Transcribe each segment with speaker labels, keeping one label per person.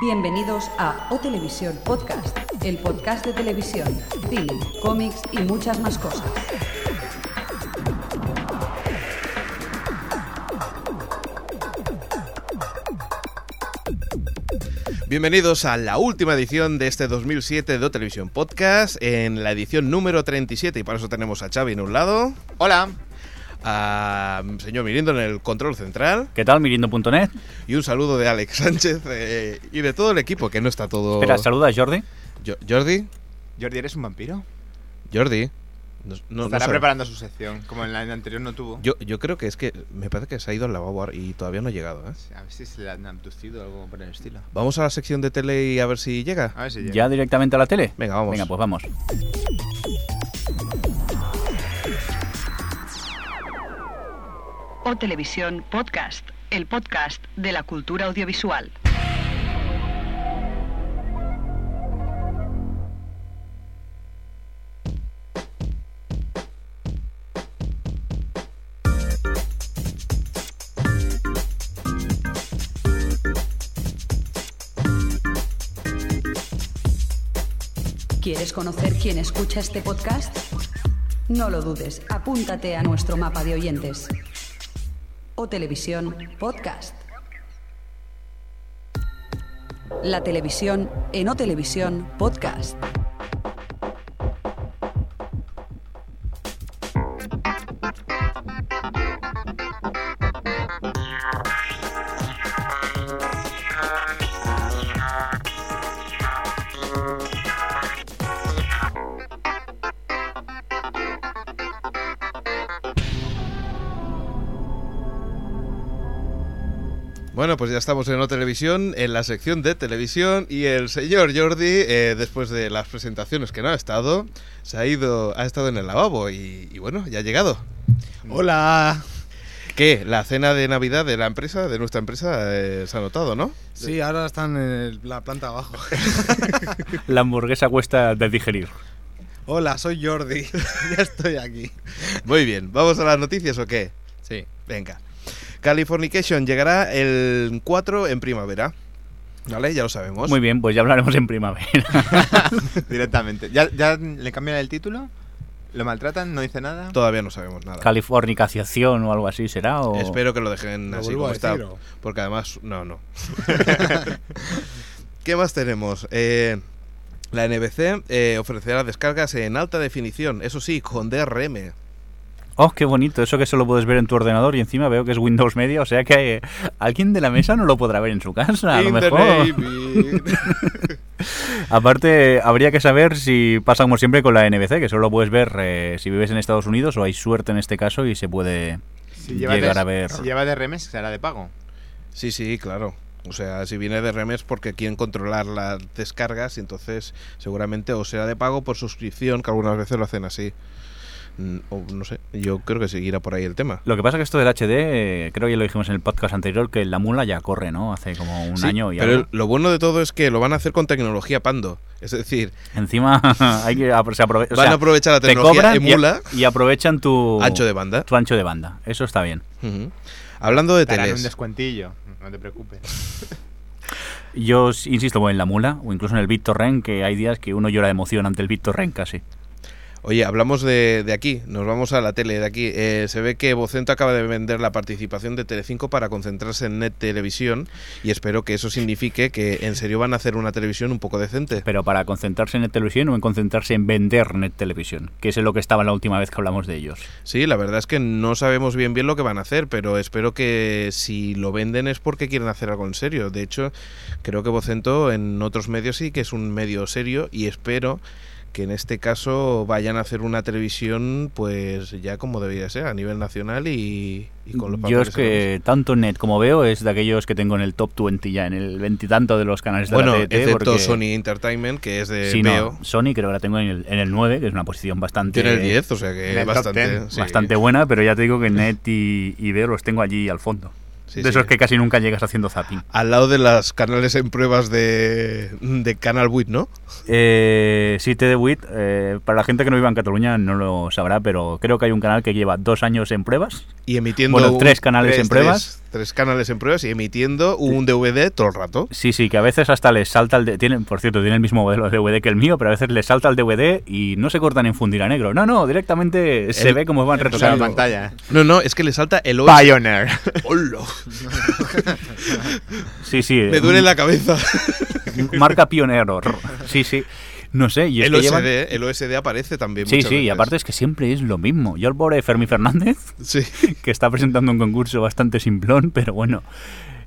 Speaker 1: Bienvenidos a O Televisión Podcast, el podcast de televisión, cine, cómics y muchas más cosas.
Speaker 2: Bienvenidos a la última edición de este 2007 de O Televisión Podcast, en la edición número 37, y para eso tenemos a Xavi en un lado,
Speaker 3: Hola.
Speaker 2: a mm, señor Mirindo en el control central,
Speaker 4: ¿Qué tal, mirindo.net?
Speaker 2: y un saludo de Alex Sánchez eh, y de todo el equipo, que no está todo...
Speaker 4: Espera, saluda Jordi.
Speaker 2: Jo- Jordi,
Speaker 3: Jordi, ¿eres un vampiro?
Speaker 2: Jordi, no, no- no
Speaker 3: Estará
Speaker 2: sabe-
Speaker 3: preparando su sección, como en la en la anterior no tuvo.
Speaker 2: Yo, yo creo que es que me parece que se ha ido al lavabo ahora y todavía no ha llegado. ¿eh?
Speaker 3: A ver si se le han abducido o algo por el estilo.
Speaker 2: Vamos a la sección de tele y a ver si llega.
Speaker 3: A ver si llega.
Speaker 4: ¿Ya directamente a la tele?
Speaker 2: Venga, vamos.
Speaker 4: Venga, pues vamos.
Speaker 1: O Televisión Podcast, el podcast de la cultura audiovisual. ¿Quieres conocer quién escucha este podcast? No lo dudes, apúntate a nuestro mapa de oyentes. O Televisión Podcast. La televisión en O Televisión Podcast.
Speaker 2: Bueno, pues ya estamos en O Televisión, en la sección de televisión, y el señor Jordi, eh, después de las presentaciones que no ha estado, se ha ido, ha estado en el lavabo y, y bueno, ya ha llegado.
Speaker 5: Hola.
Speaker 2: ¿Qué? La cena de Navidad de la empresa, de nuestra empresa, eh, se ha notado, ¿no?
Speaker 5: Sí, ahora están en el- la planta abajo.
Speaker 4: La hamburguesa cuesta de digerir.
Speaker 5: Hola, soy Jordi. ya estoy aquí.
Speaker 2: Muy bien, ¿vamos a las noticias o qué?
Speaker 5: Sí.
Speaker 2: Venga. Californication llegará el 4 en primavera. ¿Vale? Ya lo sabemos.
Speaker 4: Muy bien, pues ya hablaremos en primavera.
Speaker 3: Directamente. ¿Ya, ya le cambian el título? ¿Lo maltratan? ¿No dice nada?
Speaker 2: Todavía no sabemos nada.
Speaker 4: Californicación o algo así será. O...
Speaker 2: Espero que lo dejen
Speaker 5: Lo
Speaker 2: así
Speaker 5: vuelvo
Speaker 2: como
Speaker 5: a
Speaker 2: está.
Speaker 5: decir, ¿o?
Speaker 2: Porque además, no, no. ¿Qué más tenemos? Eh, la NBC eh, ofrecerá descargas en alta definición, eso sí, con DRM.
Speaker 4: Oh, qué bonito, eso que solo puedes ver en tu ordenador y encima veo que es Windows Media, o sea que eh, alguien de la mesa no lo podrá ver en su casa, a lo
Speaker 2: Internet,
Speaker 4: mejor.
Speaker 2: bien.
Speaker 4: Aparte, habría que saber si pasa como siempre con la NBC, que solo puedes ver eh, si vives en Estados Unidos o hay suerte en este caso y se puede
Speaker 3: Si lleva,
Speaker 4: llegar
Speaker 3: de,
Speaker 4: a ver.
Speaker 3: si lleva de remes, será de pago.
Speaker 2: sí, sí, claro. O sea, si viene DRM es porque quieren controlar las descargas y entonces seguramente o será de pago por suscripción, que algunas veces lo hacen así. Mm, O no sé, yo creo que seguirá por ahí el tema.
Speaker 4: Lo que pasa que esto del HD, eh, creo que ya lo dijimos en el podcast anterior, que la mula ya corre, ¿no? Hace como un
Speaker 2: Sí,
Speaker 4: año y
Speaker 2: pero
Speaker 4: algo.
Speaker 2: lo bueno de todo es que lo van a hacer con tecnología Pando. Es decir,
Speaker 4: Encima hay que apro- se aprove- o
Speaker 2: van
Speaker 4: sea,
Speaker 2: a aprovechar la
Speaker 4: te
Speaker 2: tecnología
Speaker 4: cobran Oh. y-
Speaker 2: emula
Speaker 4: y, aprovechan tu
Speaker 2: ancho de banda.
Speaker 4: tu ancho de banda. Eso está bien.
Speaker 2: Ujú. Hablando de
Speaker 3: Te harán un
Speaker 2: teles,
Speaker 3: descuentillo. No te preocupes.
Speaker 4: Yo os insisto voy en la mula o incluso en el BitTorrent, que hay días que uno llora de emoción ante el BitTorrent casi.
Speaker 2: oye, hablamos de, de aquí, nos vamos a la tele de aquí. Eh, se ve que Vocento acaba de vender la participación de Telecinco para concentrarse en Net Televisión y espero que eso signifique que en serio van a hacer una televisión un poco decente.
Speaker 4: Pero para concentrarse en Net Televisión o en concentrarse en vender Net Televisión, que es lo que estaba la última vez que hablamos de ellos.
Speaker 2: Sí, la verdad es que no sabemos bien bien lo que van a hacer, pero espero que si lo venden es porque quieren hacer algo en serio. De hecho, creo que Vocento en otros medios sí que es un medio serio y espero que en este caso vayan a hacer una televisión pues ya como debería ser a nivel nacional y, y con los
Speaker 4: Yo
Speaker 2: papeles
Speaker 4: es
Speaker 2: en la mesa.
Speaker 4: que tanto Net como veo es de aquellos que tengo en el top 20 ya, en el veintitanto de los canales de
Speaker 2: bueno,
Speaker 4: la TDT,
Speaker 2: excepto
Speaker 4: porque-
Speaker 2: Sony Entertainment que es de
Speaker 4: Sí,
Speaker 2: Eh, Veo,
Speaker 4: no, Sony creo que la tengo en el, en el 9, que es una posición bastante,
Speaker 2: tiene el 10, o sea que
Speaker 3: en el top
Speaker 2: bastante
Speaker 3: 10,
Speaker 2: sí.
Speaker 4: bastante buena, pero ya te digo que Net y, y Veo los tengo allí al fondo.
Speaker 2: Sí,
Speaker 4: de
Speaker 2: sí.
Speaker 4: esos que casi nunca llegas haciendo zapping.
Speaker 2: al lado de las canales en pruebas de, de Canal 8, ¿no?
Speaker 4: Eh, sí, TDWIT, eh, para la gente que no viva en Cataluña no lo sabrá, pero creo que hay un canal que lleva dos años en pruebas.
Speaker 2: Y emitiendo
Speaker 4: bueno,
Speaker 2: un-
Speaker 4: tres canales en pruebas.
Speaker 2: Tres canales en pruebas y emitiendo un DVD todo el rato.
Speaker 4: Sí, sí, que a veces hasta les salta el... de- Tienen, por cierto, tiene el mismo modelo de DVD que el mío, pero a veces les salta el DVD y no se cortan en fundir a negro. No, no, directamente se
Speaker 2: El-
Speaker 4: ve cómo van
Speaker 3: O sea, la
Speaker 4: retocando.
Speaker 3: pantalla.
Speaker 2: No, no, es que le salta el OS.
Speaker 3: Pioneer.
Speaker 2: ¡Hola!
Speaker 4: Sí, sí.
Speaker 2: Me duele la cabeza.
Speaker 4: Marca pionero. Sí, sí. No sé. Y es
Speaker 2: El
Speaker 4: que
Speaker 2: OSD,
Speaker 4: llevan-
Speaker 2: el OSD aparece también.
Speaker 4: Sí, sí,
Speaker 2: muchas
Speaker 4: y
Speaker 2: veces.
Speaker 4: aparte es que siempre es lo mismo. Yo al pobre Fermín Fernández,
Speaker 2: Sí.
Speaker 4: que está presentando un concurso bastante simplón, pero bueno,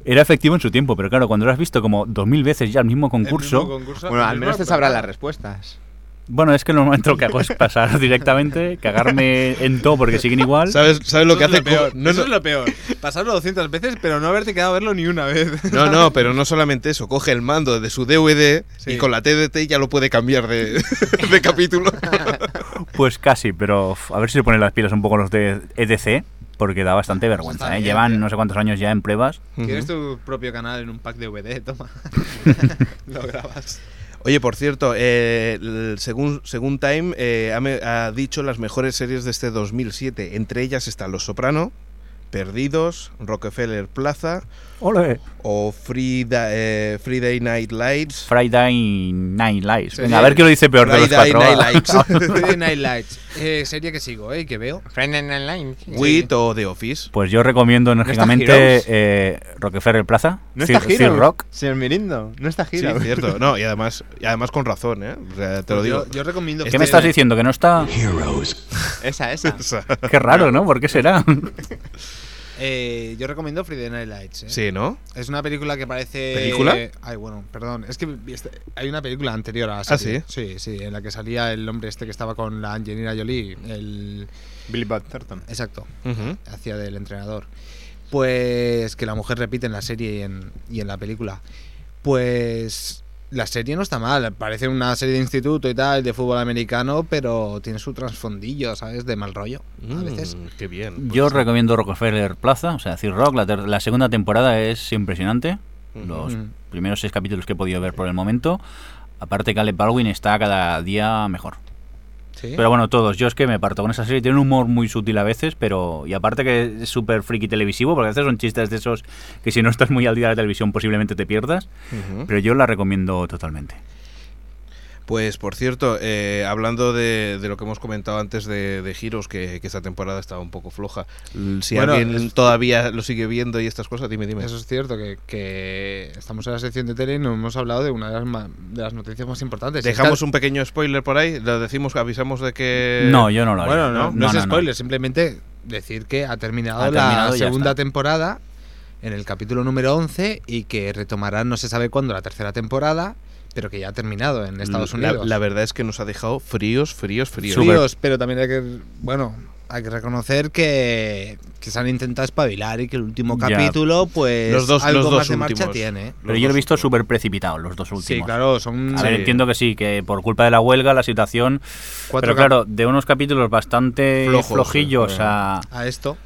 Speaker 4: era efectivo en su tiempo, pero claro, cuando lo has visto como dos mil veces ya el mismo concurso,
Speaker 3: Bueno, al menos te sabrá las respuestas.
Speaker 4: bueno, es que normalmente lo que hago es pasar directamente, cagarme en todo porque siguen igual.
Speaker 2: ¿Sabes, sabes lo que hace?
Speaker 5: es lo peor.
Speaker 2: No,
Speaker 5: eso
Speaker 2: no,
Speaker 5: es lo peor. Pasarlo 200 veces, pero no haberte quedado a verlo ni una vez.
Speaker 2: no, no, pero no solamente eso. Coge el mando de su DVD y
Speaker 5: Sí.
Speaker 2: con la TDT ya lo puede cambiar de, de capítulo.
Speaker 4: Pues casi, pero uf, a ver si se ponen las pilas un poco los de EDC, porque da bastante vergüenza, ¿eh?
Speaker 5: bien,
Speaker 4: Llevan
Speaker 5: bien.
Speaker 4: no sé cuántos años ya en pruebas.
Speaker 5: Tienes
Speaker 2: Ujú.
Speaker 5: tu propio canal en un pack de VD, toma. lo grabas.
Speaker 2: Oye, por cierto, eh, el- según, según Time, eh, ha, me- ha dicho las mejores series de este 2007. Entre ellas están Los Soprano, Perdidos, Rockefeller Plaza
Speaker 4: ¡Ole!
Speaker 2: o Frida- eh, Friday Night Lights.
Speaker 4: Friday Night Lights.
Speaker 5: Sí.
Speaker 4: Venga, a ver quién lo dice peor de los
Speaker 2: Friday
Speaker 4: cuatro.
Speaker 2: Night
Speaker 4: va.
Speaker 2: Lights.
Speaker 5: Friday Night Lights. Eh, serie que sigo, ¿eh? y Que veo.
Speaker 2: Wit o The Office.
Speaker 4: Pues yo recomiendo enérgicamente
Speaker 3: Heroes?
Speaker 4: eh, Rockefeller Plaza,
Speaker 3: No
Speaker 4: Phil-
Speaker 3: está
Speaker 4: Phil
Speaker 3: Hero.
Speaker 4: Rock.
Speaker 3: Señor Mirindo, no está
Speaker 2: Sí,
Speaker 3: Hero.
Speaker 2: cierto. No, y además, y además con razón, ¿eh? O sea, te lo digo.
Speaker 5: Pues Yo, yo recomiendo.
Speaker 4: ¿Qué
Speaker 5: que-
Speaker 4: me estás diciendo? ¿Que no está...?
Speaker 3: esa, esa.
Speaker 2: O sea,
Speaker 4: Qué raro, ¿no? ¿Por qué será?
Speaker 5: Eh, yo recomiendo Friday Night Lights. ¿eh?
Speaker 2: sí, ¿no?
Speaker 5: Es una película que parece.
Speaker 2: ¿Película?
Speaker 5: Ay, bueno, perdón. Es que vi- este- hay una película anterior a la
Speaker 2: Ah,
Speaker 5: serie. sí? Sí, en la que salía el hombre este que estaba con la Angelina Jolie. El.
Speaker 3: Billy Bob Thornton.
Speaker 5: Exacto,
Speaker 2: Ujú.
Speaker 5: hacía del entrenador. Pues que la mujer repite en la serie y en, y en la película. Pues. La serie no está mal, parece una serie de instituto y tal, de fútbol americano, pero tiene su trasfondillo, ¿sabes? De mal rollo. A veces.
Speaker 2: Mm, qué bien. pues.
Speaker 4: Yo recomiendo Rockefeller Plaza, o sea, Phil Rock. La, ter- la segunda temporada es impresionante. Los
Speaker 5: Ujú.
Speaker 4: primeros seis capítulos que he podido ver por el momento. Aparte, Caleb Baldwin está cada día mejor.
Speaker 5: Sí.
Speaker 4: Pero bueno, todos. Yo es que me parto con esa serie. Tiene un humor muy sutil a veces, pero. Y aparte que es súper friki televisivo, porque a veces son chistes de esos que si no estás muy al día de la televisión posiblemente te pierdas.
Speaker 2: Ujú.
Speaker 4: Pero yo la recomiendo totalmente.
Speaker 2: Pues por cierto, eh, hablando de, de lo que hemos comentado antes de, de Giros, que, que esta temporada estaba un poco floja. L- Si
Speaker 5: Bueno,
Speaker 2: alguien
Speaker 5: es-
Speaker 2: todavía lo sigue viendo y estas cosas, dime, dime.
Speaker 5: Eso es cierto, que, que estamos en la sección de tele y no hemos hablado de una de las, ma- de las noticias más importantes.
Speaker 2: Dejamos
Speaker 5: Esta-
Speaker 2: un pequeño spoiler por ahí, lo decimos, avisamos de que...
Speaker 4: no, yo no lo haría.
Speaker 5: Bueno, no, no,
Speaker 4: No, no,
Speaker 5: es
Speaker 4: no.
Speaker 5: spoiler, simplemente decir que ha terminado,
Speaker 4: Ha terminado
Speaker 5: la
Speaker 4: y ya
Speaker 5: segunda
Speaker 4: está.
Speaker 5: temporada en el capítulo número 11 y que retomarán no se sabe cuándo la tercera temporada, pero que ya ha terminado en Estados
Speaker 2: La-
Speaker 5: Unidos.
Speaker 2: La, verdad es que nos ha dejado fríos, fríos, fríos.
Speaker 4: Súper.
Speaker 5: Fríos, pero también hay que, bueno, hay que reconocer que, que se han intentado espabilar y que el último
Speaker 4: Ya.
Speaker 5: capítulo, pues
Speaker 2: Los dos-
Speaker 5: algo
Speaker 2: los
Speaker 5: más
Speaker 2: dos
Speaker 5: de marcha
Speaker 2: últimos.
Speaker 5: tiene.
Speaker 4: Pero yo lo he visto súper precipitado, los dos últimos.
Speaker 5: Sí, claro, son
Speaker 4: A ver,
Speaker 2: Sí.
Speaker 4: entiendo que sí, que por culpa de la huelga la situación. pero
Speaker 5: cuatro
Speaker 4: claro, de unos capítulos bastante
Speaker 2: Flojos,
Speaker 4: flojillos
Speaker 2: eh,
Speaker 4: a.
Speaker 5: cap- a esto.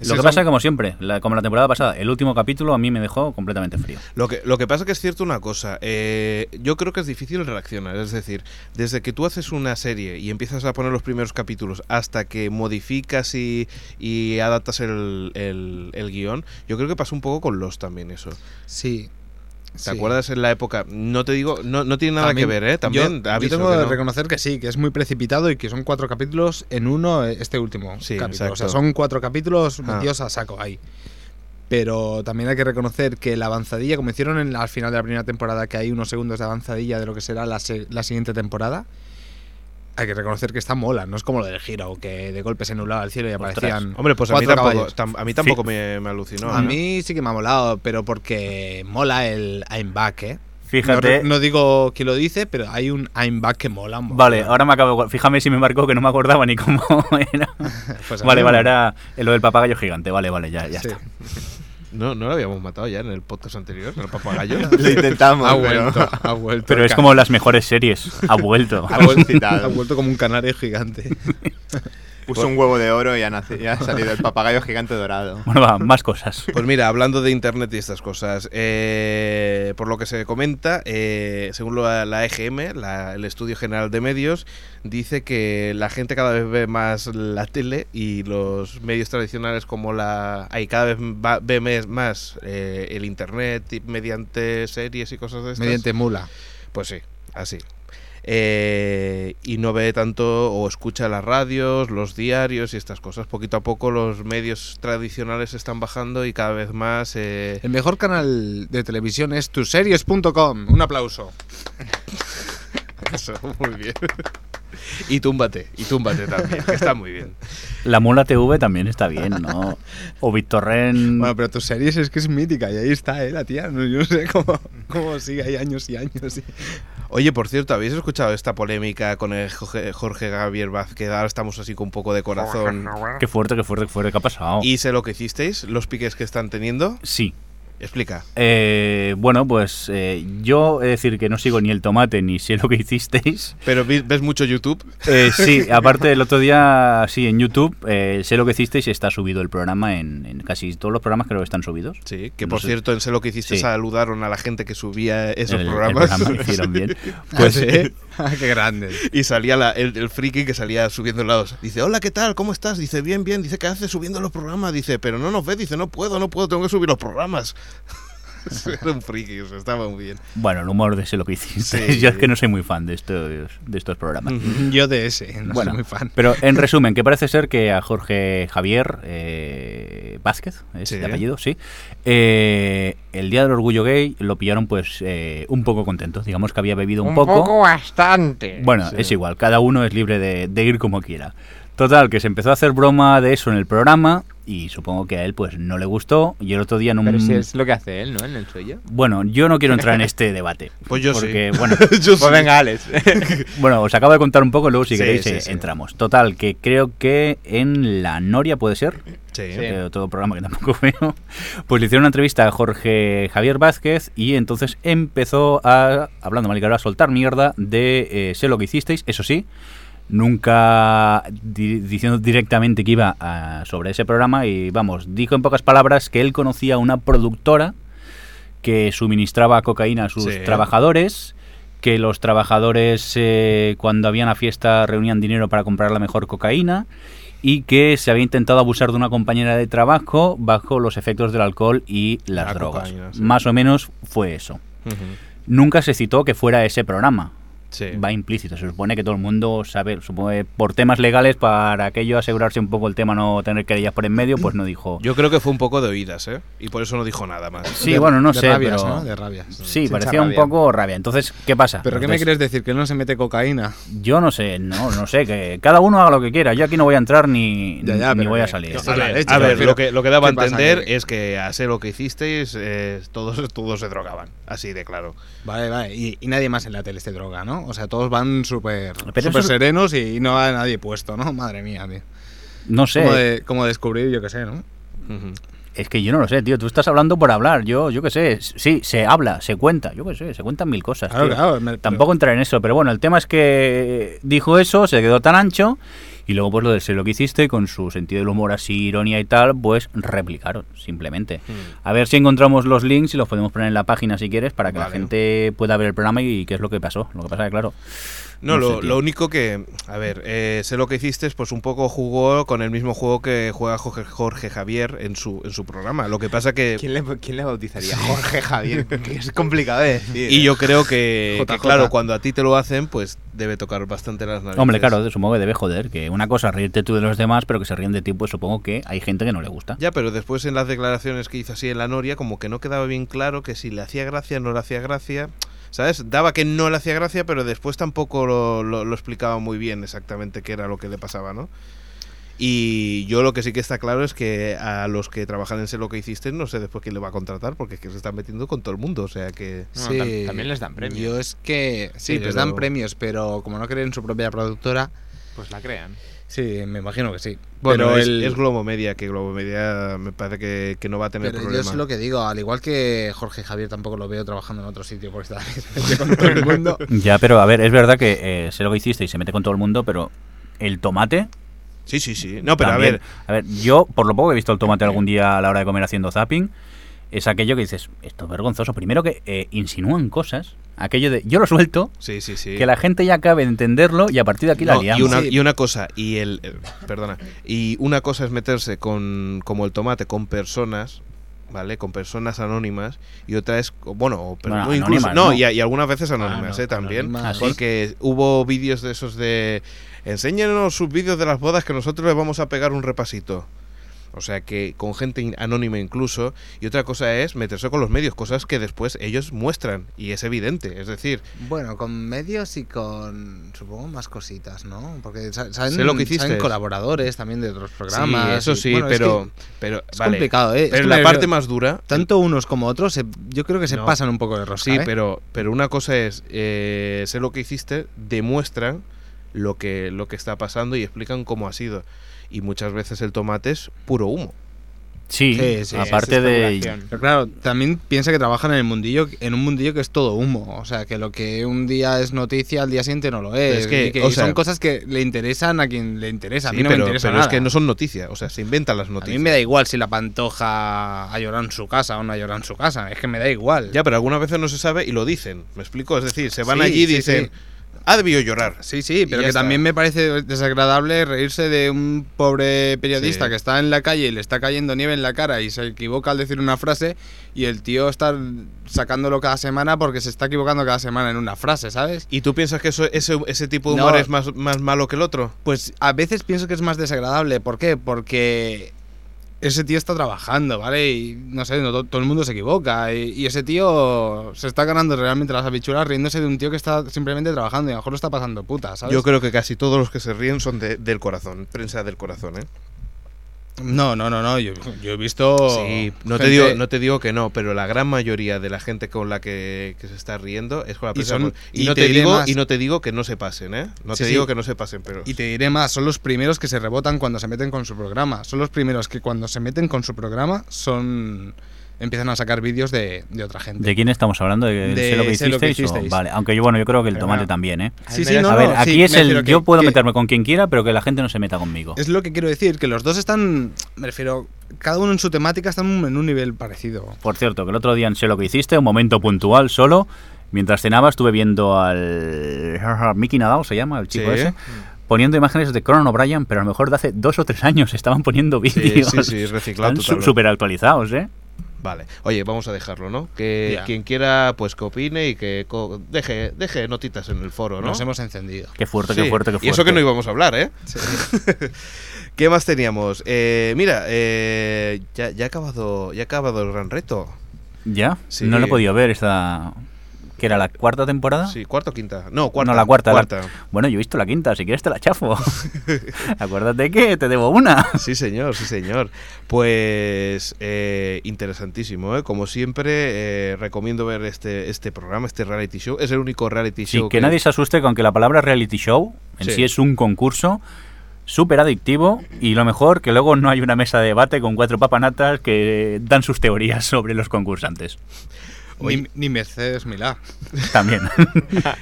Speaker 5: Es
Speaker 4: Lo que
Speaker 5: son-
Speaker 4: pasa, como siempre, la- como la temporada pasada, el último capítulo a mí me dejó completamente frío.
Speaker 2: Lo que, lo que pasa que es cierto una cosa, eh, yo creo que es difícil reaccionar, es decir, desde que tú haces una serie y empiezas a poner los primeros capítulos hasta que modificas y, y adaptas el, el- el guión, yo creo que pasa un poco con los también eso.
Speaker 5: Sí.
Speaker 2: ¿Te acuerdas en la época? No te digo, no, no tiene nada que ver, ¿eh? También
Speaker 5: yo,
Speaker 2: aviso
Speaker 5: tengo
Speaker 2: que
Speaker 5: que
Speaker 2: no.
Speaker 5: reconocer que sí, que es muy precipitado y que son cuatro capítulos en uno eh, este último
Speaker 2: Sí,
Speaker 5: capítulo. O sea,
Speaker 2: exacto.
Speaker 5: son cuatro capítulos
Speaker 2: Ah.
Speaker 5: metidos a saco ahí. Pero también hay que reconocer que la avanzadilla, como hicieron en la- al final de la primera temporada, que hay unos segundos de avanzadilla de lo que será la, se- la siguiente temporada, hay que reconocer que está mola. No es como lo del giro, que de golpe se nublaba el cielo y
Speaker 4: Ostras.
Speaker 5: aparecían.
Speaker 2: Hombre, pues a mí
Speaker 5: cuatro
Speaker 2: tampoco,
Speaker 5: caballos.
Speaker 2: tam- a mí tampoco me, me alucinó. ¿eh?
Speaker 5: a
Speaker 2: ¿no?
Speaker 5: mí sí que me ha molado, pero porque mola el I'm back, ¿eh? No,
Speaker 4: Fíjate.
Speaker 5: re- no digo que lo dice, pero hay un I'm back que mola. un montón.
Speaker 4: Vale, ahora me acabo. Fíjame si me marcó que no me acordaba ni cómo era.
Speaker 5: Pues a
Speaker 4: ah, Vale,
Speaker 5: mí
Speaker 4: vale,
Speaker 5: me-
Speaker 4: ahora lo del papagayo gigante. Vale, vale, ya, ya
Speaker 5: sí.
Speaker 4: está.
Speaker 2: No, no lo habíamos matado ya en el podcast anterior, en el papagayo.
Speaker 3: Lo intentamos,
Speaker 5: Ha
Speaker 3: pero...
Speaker 5: vuelto, ha vuelto.
Speaker 4: Pero
Speaker 5: el
Speaker 4: es
Speaker 5: ca-
Speaker 4: como las mejores series. Ha vuelto.
Speaker 3: Ha
Speaker 5: Ha vuelto,
Speaker 3: citado.
Speaker 5: como un canario gigante.
Speaker 3: Puso un huevo de oro y ha, naci- y ha salido el papagayo gigante dorado.
Speaker 4: Bueno, va, más cosas.
Speaker 2: Pues mira, hablando de Internet y estas cosas, eh, por lo que se comenta, eh, según la, la EGM, la- el Estudio General de Medios, dice que la gente cada vez ve más la tele y los medios tradicionales como la... Hay cada vez va- ve mes- más eh, el Internet y- mediante series y cosas de estas.
Speaker 5: Mediante mula.
Speaker 2: Pues sí, así. Eh, y no ve tanto o escucha las radios, los diarios y estas cosas. Poquito a poco los medios tradicionales están bajando y cada vez más... eh,
Speaker 5: El mejor canal de televisión es tuseries.com. Un aplauso.
Speaker 2: eso, muy bien. Y túmbate, y túmbate también, que está muy bien.
Speaker 4: La Mula TV también está bien, ¿no? O Victorren.
Speaker 5: Bueno, pero tus series es que es mítica y ahí está, ¿eh? La tía, no, yo no sé cómo, cómo sigue ahí años y años. y-
Speaker 2: Oye, por cierto, ¿habéis escuchado esta polémica con el Jorge, Jorge Javier Vázquez? Ahora estamos así con un poco de corazón.
Speaker 4: Qué fuerte, qué fuerte, qué fuerte, ¿qué ha pasado?
Speaker 2: ¿Y sé lo que hicisteis? ¿Los piques que están teniendo?
Speaker 4: Sí.
Speaker 2: Explica.
Speaker 4: Eh, bueno, pues eh, yo he de decir que no sigo ni el tomate ni sé lo que hicisteis.
Speaker 2: ¿Pero vi- ves mucho YouTube?
Speaker 4: Eh, sí, aparte el otro día, sí, en YouTube, eh, sé lo que hicisteis y está subido el programa en, en casi todos los programas creo que están subidos.
Speaker 2: Sí, que
Speaker 4: No
Speaker 2: por
Speaker 4: sé.
Speaker 2: cierto, en sé lo que hiciste
Speaker 4: Sí.
Speaker 2: saludaron a la gente que subía esos
Speaker 4: El- el
Speaker 2: programas.
Speaker 4: programa lo hicieron bien.
Speaker 2: Pues
Speaker 5: Ah, ¿sí?
Speaker 2: eh,
Speaker 5: Ah, qué grande.
Speaker 2: y salía la- el, el friki que salía subiendo lados. Dice, hola, ¿qué tal? ¿Cómo estás? Dice, bien, bien. Dice, ¿qué haces subiendo los programas? Dice, pero no nos ves. Dice, no puedo, no puedo, tengo que subir los programas. Era un friki, o sea, estaba muy bien.
Speaker 4: Bueno, el humor de sé lo que hicisteis.
Speaker 2: Sí.
Speaker 4: Yo es que no soy muy fan de estos, de estos programas.
Speaker 5: Yo de ese, no
Speaker 4: bueno,
Speaker 5: soy muy fan.
Speaker 4: pero en resumen, que parece ser que a Jorge Javier eh, Vázquez, es
Speaker 2: Sí.
Speaker 4: el apellido, sí, eh, el día del orgullo gay lo pillaron pues eh, un poco contento, digamos que había bebido un, poco.
Speaker 6: bastante.
Speaker 4: Bueno, es igual, cada uno es libre de, de ir como quiera. Total, que se empezó a hacer broma de eso en el programa y supongo que a él pues no le gustó y el otro día en un...
Speaker 6: Pero si es lo que hace él, ¿no? En el suyo.
Speaker 4: Bueno, yo no quiero entrar en este debate.
Speaker 2: Pues yo sí.
Speaker 4: porque, Bueno,
Speaker 2: Yo
Speaker 6: Pues
Speaker 2: sí.
Speaker 6: venga, Alex.
Speaker 4: bueno, os acabo de contar un poco, luego si
Speaker 2: Sí,
Speaker 4: queréis
Speaker 2: sí,
Speaker 4: eh,
Speaker 2: sí.
Speaker 4: entramos. Total, que creo que en La Noria puede ser,
Speaker 2: Sí.
Speaker 6: Sí.
Speaker 4: eh, todo programa que tampoco veo, pues le hicieron una entrevista a Jorge Javier Vázquez y entonces empezó a, hablando mal y claro, a soltar mierda de eh, sé lo que hicisteis, eso sí, nunca di- diciendo directamente que iba a- sobre ese programa y vamos, dijo en pocas palabras que él conocía a una productora que suministraba cocaína a sus
Speaker 2: Sí.
Speaker 4: trabajadores que los trabajadores eh, cuando había una fiesta reunían dinero para comprar la mejor cocaína y que se había intentado abusar de una compañera de trabajo bajo los efectos del alcohol y las
Speaker 2: La
Speaker 4: drogas.
Speaker 2: cocaína, sí.
Speaker 4: Más o menos fue eso.
Speaker 2: Ujú.
Speaker 4: Nunca se citó que fuera ese programa.
Speaker 2: Sí.
Speaker 4: Va implícito. Se supone que todo el mundo sabe, supone, por temas legales, para aquello asegurarse un poco el tema, no tener querellas por en medio, pues no dijo.
Speaker 2: Yo creo que fue un poco de oídas, ¿eh? Y por eso no dijo nada más.
Speaker 4: sí,
Speaker 5: De-
Speaker 4: bueno, no
Speaker 5: de
Speaker 4: sé,
Speaker 5: rabias,
Speaker 4: pero-
Speaker 5: ¿no? De rabias.
Speaker 4: Sí,
Speaker 3: Mucha
Speaker 4: parecía un
Speaker 3: rabia.
Speaker 4: poco rabia. Entonces, ¿qué pasa?
Speaker 5: ¿Pero qué me
Speaker 4: Entonces,
Speaker 5: quieres decir? ¿Que él no se mete cocaína?
Speaker 4: Yo no sé, no, no sé, que cada uno haga lo que quiera. Yo aquí no voy a entrar ni,
Speaker 5: Ya, ya,
Speaker 4: ni
Speaker 5: pero
Speaker 4: voy a
Speaker 5: que-
Speaker 4: salir.
Speaker 5: que os
Speaker 2: A
Speaker 5: la
Speaker 2: ver,
Speaker 5: leche,
Speaker 2: a ver,
Speaker 5: prefiero-
Speaker 2: lo que, lo que daba a
Speaker 5: ¿Qué pasa,
Speaker 2: entender
Speaker 5: que-
Speaker 2: es que a ser lo que hicisteis, eh, todos, todos se drogaban. Así de claro.
Speaker 5: Vale, vale. Y, y nadie más en la tele se droga, ¿no? O sea, todos van súper
Speaker 4: Pero
Speaker 5: súper
Speaker 4: eso-
Speaker 5: serenos y no va nadie puesto, ¿no? Madre mía, tío.
Speaker 4: No sé,
Speaker 5: Como, de- como descubrir, yo qué sé, ¿no?
Speaker 2: Ujú.
Speaker 4: es que yo no lo sé, tío. Tú estás hablando por hablar. Yo, yo qué sé, s- sí, se habla, se cuenta, yo qué sé, se cuentan mil cosas.
Speaker 5: Claro,
Speaker 4: tío.
Speaker 5: claro, me-
Speaker 4: Tampoco entrar en eso, pero bueno, el tema es que dijo eso, se quedó tan ancho. Y luego, pues lo de ser lo que hiciste, con su sentido del humor así, ironía y tal, pues replicaron, simplemente.
Speaker 5: Hmm.
Speaker 4: A ver si encontramos los links y los podemos poner en la página si quieres, para que la
Speaker 2: Vale.
Speaker 4: gente pueda ver el programa y qué es lo que pasó. Lo que pasa es que, claro,
Speaker 2: No,
Speaker 4: No sé,
Speaker 2: lo,
Speaker 4: tío.
Speaker 2: lo único que, a ver, eh, sé lo que hiciste, es, pues un poco jugó con el mismo juego que juega Jorge, Jorge Javier en su, en su programa. Lo que pasa que...
Speaker 3: ¿Quién le, quién le bautizaría? Jorge Javier. que es complicado de decir.
Speaker 2: Y yo creo que, que,
Speaker 5: JJ.
Speaker 2: claro, cuando a ti te lo hacen, pues debe tocar bastante las narices.
Speaker 4: Hombre, claro, supongo que debe joder, que una cosa es reírte tú de los demás, pero que se ríen de ti, pues supongo que hay gente que no le gusta.
Speaker 2: Ya, pero después en las declaraciones que hizo así en la Noria, como que no quedaba bien claro que si le hacía gracia, no le hacía gracia. ¿Sabes? Daba que no le hacía gracia, pero después tampoco lo, lo- lo explicaba muy bien exactamente qué era lo que le pasaba, ¿no? Y yo lo que sí que está claro es que a los que trabajan en Sé lo que hiciste, no sé después quién le va a contratar, porque es que se están metiendo con todo el mundo, o sea que...
Speaker 5: Mm.
Speaker 6: No, tam- también les dan premios.
Speaker 5: Yo es que. Sí,
Speaker 2: Sí,
Speaker 5: les
Speaker 2: pero-
Speaker 5: dan premios, pero como no creen en su propia productora.
Speaker 6: Pues la crean.
Speaker 5: Sí, me imagino que sí.
Speaker 2: Bueno,
Speaker 5: pero
Speaker 2: es,
Speaker 5: el-
Speaker 2: es Globo Media, que Globo Media me parece que, que no va a tener
Speaker 5: Pero yo
Speaker 2: problema.
Speaker 5: es lo que digo, al igual que Jorge Javier tampoco lo veo trabajando en otro sitio porque está con todo el mundo.
Speaker 4: Ya, pero a ver, es verdad que eh, sé lo que hiciste y se mete con todo el mundo, pero el tomate
Speaker 2: Sí, sí, sí. No, pero
Speaker 4: También.
Speaker 2: a ver,
Speaker 4: A ver, yo por lo poco que he visto el tomate algún día a la hora de comer haciendo zapping, es aquello que dices, esto es vergonzoso. Primero que eh, insinúan cosas, aquello de yo lo suelto,
Speaker 2: sí, sí, sí.
Speaker 4: que la gente ya acabe de entenderlo y a partir de aquí la
Speaker 2: No,
Speaker 4: liamos.
Speaker 2: y, una,
Speaker 5: Sí.
Speaker 2: y una cosa, y el, el- perdona, y una cosa es meterse con como el tomate con personas, ¿vale? Con personas anónimas y otra es bueno, o per-
Speaker 4: Bueno,
Speaker 2: no, incluso-
Speaker 4: anónimas,
Speaker 2: no,
Speaker 4: no.
Speaker 2: Y, a- y algunas veces anónimas,
Speaker 5: Ah, no,
Speaker 2: eh, también,
Speaker 5: anónimas.
Speaker 4: Ah, ¿sí?
Speaker 2: porque hubo vídeos de esos de enséñanos sus vídeos de las bodas que nosotros les vamos a pegar un repasito. O sea que con gente in- anónima incluso. Y otra cosa es meterse con los medios, cosas que después ellos muestran. Y es evidente. Es decir,
Speaker 5: Bueno, con medios y con, supongo, más cositas, ¿no? Porque sa- saben,
Speaker 2: Sé lo que hiciste.
Speaker 5: saben colaboradores también de otros
Speaker 2: sí,
Speaker 5: programas.
Speaker 2: eso
Speaker 5: y-
Speaker 2: sí,
Speaker 5: bueno, es
Speaker 2: pero...
Speaker 5: que
Speaker 2: pero
Speaker 5: es
Speaker 2: vale.
Speaker 5: complicado, ¿eh? Es
Speaker 2: Pero
Speaker 5: que
Speaker 2: la
Speaker 5: me-
Speaker 2: parte más dura.
Speaker 5: Tanto unos como otros, se- yo creo que se
Speaker 2: No.
Speaker 5: pasan un poco de rosca,
Speaker 2: Sí,
Speaker 5: ¿eh?
Speaker 2: pero, pero una cosa es, eh, sé lo que hiciste, demuestran lo que, lo que está pasando y explican cómo ha sido. Y muchas veces el tomate es puro humo.
Speaker 4: Sí,
Speaker 5: Sí, sí,
Speaker 4: aparte
Speaker 6: es
Speaker 4: de...
Speaker 6: especulación.
Speaker 5: Pero claro, también piensa que trabajan en el mundillo, en un mundillo que es todo humo. O sea, que lo que un día es noticia, al día siguiente no lo es.
Speaker 2: Es que,
Speaker 5: y que
Speaker 2: o
Speaker 5: y son
Speaker 2: sea-
Speaker 5: cosas que le interesan a quien le interesa. A mí
Speaker 2: Sí,
Speaker 5: no
Speaker 2: pero
Speaker 5: me interesa
Speaker 2: pero
Speaker 5: nada.
Speaker 2: es que no son noticias, o sea, se inventan las
Speaker 5: a
Speaker 2: noticias.
Speaker 5: mí me da igual si la pantoja ha llorado en su casa o no ha llorado en su casa. Es que me da igual.
Speaker 2: Ya, pero algunas veces no se sabe y lo dicen, ¿me explico? Es decir, se van
Speaker 5: Sí,
Speaker 2: allí y
Speaker 5: sí,
Speaker 2: dicen, ha debido llorar.
Speaker 5: Sí, sí, pero
Speaker 2: ya
Speaker 5: que
Speaker 2: está.
Speaker 5: también me parece desagradable reírse de un pobre periodista
Speaker 2: Sí.
Speaker 5: que está en la calle y le está cayendo nieve en la cara y se equivoca al decir una frase y el tío está sacándolo cada semana porque se está equivocando cada semana en una frase, ¿sabes?
Speaker 2: ¿Y tú piensas que eso, ese, ese tipo de humor
Speaker 5: No.
Speaker 2: es más, más malo que el otro?
Speaker 5: Pues a veces pienso que es más desagradable. ¿Por qué? Porque ese tío está trabajando, ¿vale? Y no sé, no to- todo el mundo se equivoca. Y, y ese tío se está ganando realmente las habichuelas riéndose de un tío que está simplemente trabajando y a lo mejor lo está pasando puta, ¿sabes?
Speaker 2: Yo creo que casi todos los que se ríen son de- del corazón, prensa del corazón, ¿eh?
Speaker 5: No, no, no, no. Yo, yo he visto.
Speaker 2: Sí, no te,
Speaker 5: gente-
Speaker 2: digo, no te digo que no, pero la gran mayoría de la gente con la que, que se está riendo es con la
Speaker 5: Y
Speaker 2: prensa.
Speaker 5: son-
Speaker 2: por- Y,
Speaker 5: y
Speaker 2: no
Speaker 5: te
Speaker 2: te,
Speaker 5: diré
Speaker 2: digo,
Speaker 5: más.
Speaker 2: y no te digo que no se pasen, ¿eh? No
Speaker 5: Sí,
Speaker 2: te
Speaker 5: sí.
Speaker 2: digo que no se pasen, pero.
Speaker 5: Y te diré más, son los primeros que se rebotan cuando se meten con su programa. Son los primeros que cuando se meten con su programa son. empiezan a sacar vídeos de, de otra gente.
Speaker 4: ¿De quién estamos hablando? ¿De,
Speaker 5: De
Speaker 4: sé lo que
Speaker 5: Sé lo que
Speaker 4: hicisteis? o-
Speaker 5: hicisteis.
Speaker 4: Vale, aunque yo, bueno, yo creo que el
Speaker 5: Pero
Speaker 4: tomate
Speaker 5: bueno.
Speaker 4: también, ¿eh?
Speaker 5: Sí, sí,
Speaker 6: Al menos-
Speaker 5: no,
Speaker 4: a ver,
Speaker 5: no,
Speaker 4: aquí
Speaker 5: sí,
Speaker 4: es
Speaker 5: me
Speaker 4: el
Speaker 5: refiero que-
Speaker 4: yo puedo
Speaker 5: que-
Speaker 4: meterme con quien quiera, pero que la gente no se meta conmigo.
Speaker 5: Es lo que quiero decir, que los dos están. Me refiero, cada uno en su temática está en un nivel parecido.
Speaker 4: Por cierto, que el otro día en Sé lo que hiciste, un momento puntual solo, mientras cenaba estuve viendo al Mickey Nadal, se llama, el chico
Speaker 2: Sí. ¿eh?
Speaker 4: ese, poniendo imágenes de Conan O'Brien, pero a lo mejor de hace dos o tres años estaban poniendo
Speaker 2: Sí,
Speaker 4: vídeos.
Speaker 2: sí, sí, reciclado
Speaker 4: Están
Speaker 2: totalmente.
Speaker 4: súper actualizados, ¿eh?
Speaker 2: Vale. Oye, vamos a dejarlo, ¿no? Que
Speaker 5: Ya.
Speaker 2: quien quiera, pues que opine y que co- deje, deje notitas en el foro, ¿no?
Speaker 5: Nos hemos encendido.
Speaker 4: Qué fuerte,
Speaker 2: Sí.
Speaker 4: qué fuerte, qué fuerte.
Speaker 2: Y eso que no íbamos a hablar, ¿eh? ¿Qué más teníamos? Eh, mira, eh, ya, ya ha acabado, ya ha acabado el gran reto.
Speaker 4: ¿Ya?
Speaker 2: Sí.
Speaker 4: No lo he podido ver esta... ¿Que era la cuarta temporada?
Speaker 2: Sí, cuarto o quinta. No, cuarta.
Speaker 4: Ah. No, la cuarta. la-
Speaker 2: cuarta.
Speaker 4: Bueno, yo he visto la quinta, si quieres te la chafo. Acuérdate que te debo una.
Speaker 2: Sí, señor, sí, señor. Pues eh, interesantísimo, ¿eh? Como siempre, eh, recomiendo ver este, este programa, este reality show. Es el único reality
Speaker 4: Sí,
Speaker 2: show
Speaker 4: que nadie se asuste con que la palabra reality show en
Speaker 2: Sí.
Speaker 4: sí, es un concurso súper adictivo y lo mejor que luego no hay una mesa de debate con cuatro papanatas que dan sus teorías sobre los concursantes.
Speaker 5: Ni, ni Mercedes Milá.
Speaker 4: También.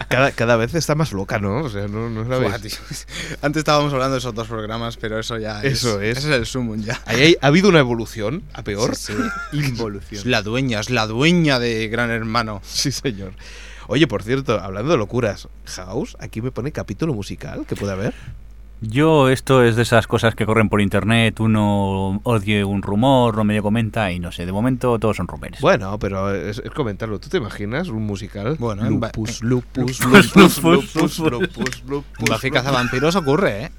Speaker 2: cada, cada vez está más loca, ¿no? O sea, no, no sabéis.
Speaker 5: Buah, tío. Antes estábamos hablando de esos dos programas, pero eso ya es.
Speaker 2: Eso es.
Speaker 5: Ese es el sumum ya.
Speaker 2: Ahí hay- ha habido una evolución a peor.
Speaker 5: Sí, sí. Es la dueña, es la dueña de Gran Hermano.
Speaker 2: Sí, señor. Oye, por cierto, hablando de locuras, House, aquí me pone capítulo musical que puede haber.
Speaker 4: Yo esto es de esas cosas que corren por internet, uno oye un rumor, lo medio comenta y no sé, de momento todos son rumores.
Speaker 2: Bueno, pero es, es comentarlo. ¿Tú te imaginas un musical?
Speaker 5: Bueno, en ba-
Speaker 2: lupus, lupus,
Speaker 4: lupus,
Speaker 2: lupus, lupus,
Speaker 4: lupus,
Speaker 2: lupus,
Speaker 4: lupus.
Speaker 2: lupus,
Speaker 5: En Buffy Cazavampiros ocurre, ¿eh?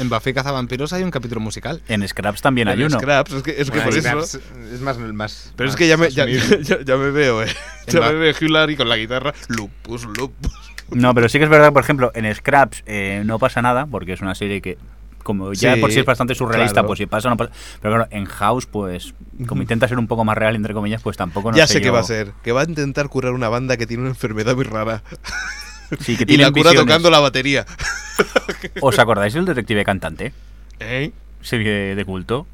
Speaker 5: En Buffy Cazavampiros hay un capítulo musical.
Speaker 4: En Scraps también hay
Speaker 2: En
Speaker 4: uno.
Speaker 2: Scraps, es que, es que
Speaker 3: Bueno,
Speaker 2: por
Speaker 3: es
Speaker 2: eso.
Speaker 3: más- es más, más.
Speaker 2: Pero es
Speaker 3: más
Speaker 2: que ya me, ya,
Speaker 3: asumible.
Speaker 2: ya- ya me veo, eh. Ya
Speaker 5: Venga.
Speaker 2: me veo Hillary con la guitarra. Lupus, lupus.
Speaker 4: No, pero sí que es verdad, por ejemplo, en Scraps eh, no pasa nada, porque es una serie que, como ya
Speaker 2: Sí,
Speaker 4: por sí es bastante surrealista,
Speaker 2: claro.
Speaker 4: pues si pasa, no pasa. Pero claro, en House, pues, como intenta ser un poco más real, entre comillas, pues tampoco no
Speaker 2: ya sé qué
Speaker 4: yo.
Speaker 2: va a ser. Que va a intentar curar una banda que tiene una enfermedad muy rara.
Speaker 4: Sí, que
Speaker 2: Y la
Speaker 4: tienen
Speaker 2: cura
Speaker 4: visiones.
Speaker 2: tocando la batería.
Speaker 4: ¿Os acordáis del detective cantante?
Speaker 2: ¿Eh?
Speaker 4: Serie de culto.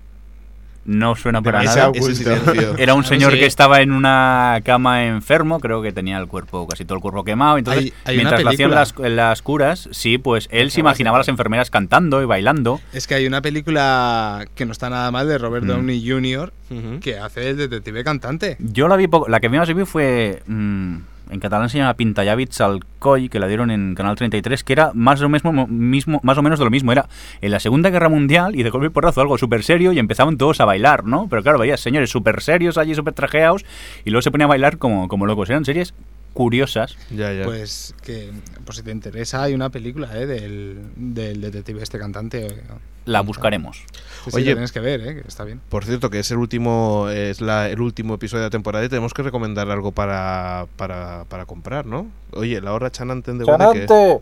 Speaker 4: no suena para
Speaker 2: Esa-
Speaker 4: nada.
Speaker 3: oculto.
Speaker 2: ese silencio.
Speaker 4: Era un señor
Speaker 5: Sí.
Speaker 4: que estaba en una cama enfermo, creo que tenía el cuerpo, casi todo el cuerpo quemado. Entonces,
Speaker 5: Hay- hay una
Speaker 4: mientras lo hacían
Speaker 5: película.
Speaker 4: las, las curas, sí, pues él se imaginaba a las enfermeras cantando y bailando.
Speaker 5: Es que hay una película que no está nada mal de Robert
Speaker 4: Mm.
Speaker 5: Downey Jr.
Speaker 2: Ujú.
Speaker 5: que hace el detective cantante.
Speaker 4: Yo la vi poco, la que vimos y vi fue, mm, en catalán se llama Pintallavits al COI, que la dieron en Canal 33, que era más, lo mismo, mo- mismo, más o menos de lo mismo. Era en la Segunda Guerra Mundial y de golpe y porrazo algo súper serio y empezaban todos a bailar, ¿no? Pero claro, veías señores súper serios allí, súper trajeados y luego se ponían a bailar como, como locos. Eran series curiosas.
Speaker 2: Ya, ya.
Speaker 5: Pues que por si te interesa hay una película eh, del, del detective este cantante. eh,
Speaker 4: La buscaremos.
Speaker 5: que sí,
Speaker 2: Oye.
Speaker 5: que tienes que ver, eh, que está bien.
Speaker 2: Por cierto, que es el último es la, el último episodio de la temporada y tenemos que recomendar algo para, para, para comprar, ¿no? Oye, la hora Chanante de Gude, que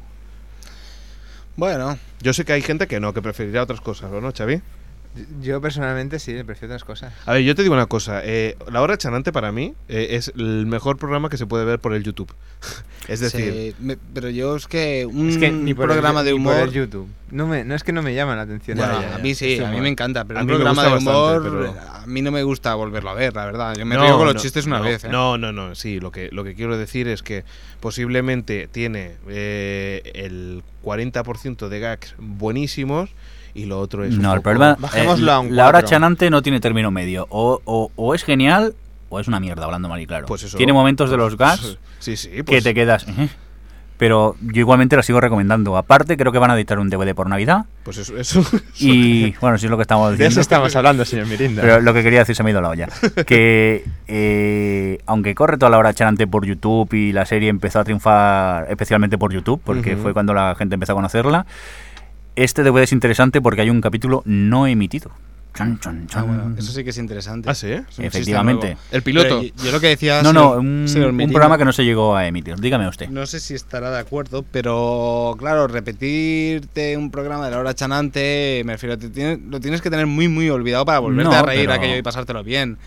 Speaker 5: Bueno,
Speaker 2: Yo sé que hay gente que no, que preferirá otras cosas, ¿o no, Xavi?
Speaker 3: Yo personalmente sí, prefiero otras cosas.
Speaker 2: A ver, yo te digo una cosa. eh, la hora Chanante para mí eh, es el mejor programa que se puede ver por el YouTube. es decir,
Speaker 5: sí, me- pero yo es que un
Speaker 3: Es que ni por el-
Speaker 5: programa de
Speaker 3: ni por
Speaker 5: humor.
Speaker 3: el YouTube. No, me, no es que no me llaman la atención.
Speaker 5: Ya,
Speaker 3: ahora.
Speaker 5: a mí sí,
Speaker 3: Este
Speaker 5: a mí
Speaker 3: humor.
Speaker 5: me encanta, pero
Speaker 2: A
Speaker 5: un
Speaker 2: mí me
Speaker 5: programa de
Speaker 2: gusta
Speaker 5: humor
Speaker 2: bastante, pero-
Speaker 5: eh, a mí no me gusta volverlo a ver, la verdad. Yo me
Speaker 2: No,
Speaker 5: río con los
Speaker 2: no,
Speaker 5: chistes una
Speaker 2: no,
Speaker 5: vez. eh.
Speaker 2: No, no, no, sí, lo que, lo que quiero decir es que posiblemente tiene eh, el 40% de gags buenísimos y lo otro es... un
Speaker 4: No, el
Speaker 2: poco-
Speaker 4: problema.
Speaker 3: Bajémoslo
Speaker 4: eh,
Speaker 3: a un
Speaker 4: la hora
Speaker 3: cuatro.
Speaker 4: chanante no tiene término medio. O, o- o es genial o es una mierda, hablando mal y claro.
Speaker 2: Pues eso.
Speaker 4: tiene momentos de los gas
Speaker 2: Sí, sí,
Speaker 4: que
Speaker 2: pues...
Speaker 4: te quedas. "Ujú". Pero yo igualmente la sigo recomendando. Aparte, creo que van a editar un DVD por Navidad.
Speaker 2: pues eso, eso.
Speaker 4: Y bueno, si es lo que estamos
Speaker 3: De eso
Speaker 4: diciendo.
Speaker 3: estamos hablando, señor Mirinda.
Speaker 4: Pero lo que quería decir se me ha ido la olla. Que eh, aunque corre toda la hora chanante por YouTube y la serie empezó a triunfar especialmente por YouTube, porque
Speaker 2: Ujú.
Speaker 4: fue cuando la gente empezó a conocerla, este DVD es interesante porque hay un capítulo no emitido. Chan, chan,
Speaker 5: Ah,
Speaker 4: chan.
Speaker 5: bueno, eso sí que es interesante.
Speaker 2: Ah, sí.
Speaker 5: Es un chiste
Speaker 4: Efectivamente.
Speaker 5: nuevo.
Speaker 2: El piloto.
Speaker 5: Pero Yo, yo lo que eh, decía.
Speaker 4: No, no,
Speaker 5: señor-
Speaker 4: un,
Speaker 5: señor
Speaker 4: un
Speaker 5: Mirinda,
Speaker 4: programa que no se llegó a emitir. Dígame usted.
Speaker 5: No sé si estará de acuerdo, pero claro, repetirte un programa de la hora chanante, me refiero, te tiene- lo tienes que tener muy, muy olvidado para volverte
Speaker 4: No,
Speaker 5: a reír
Speaker 4: pero-
Speaker 5: aquello y pasártelo bien.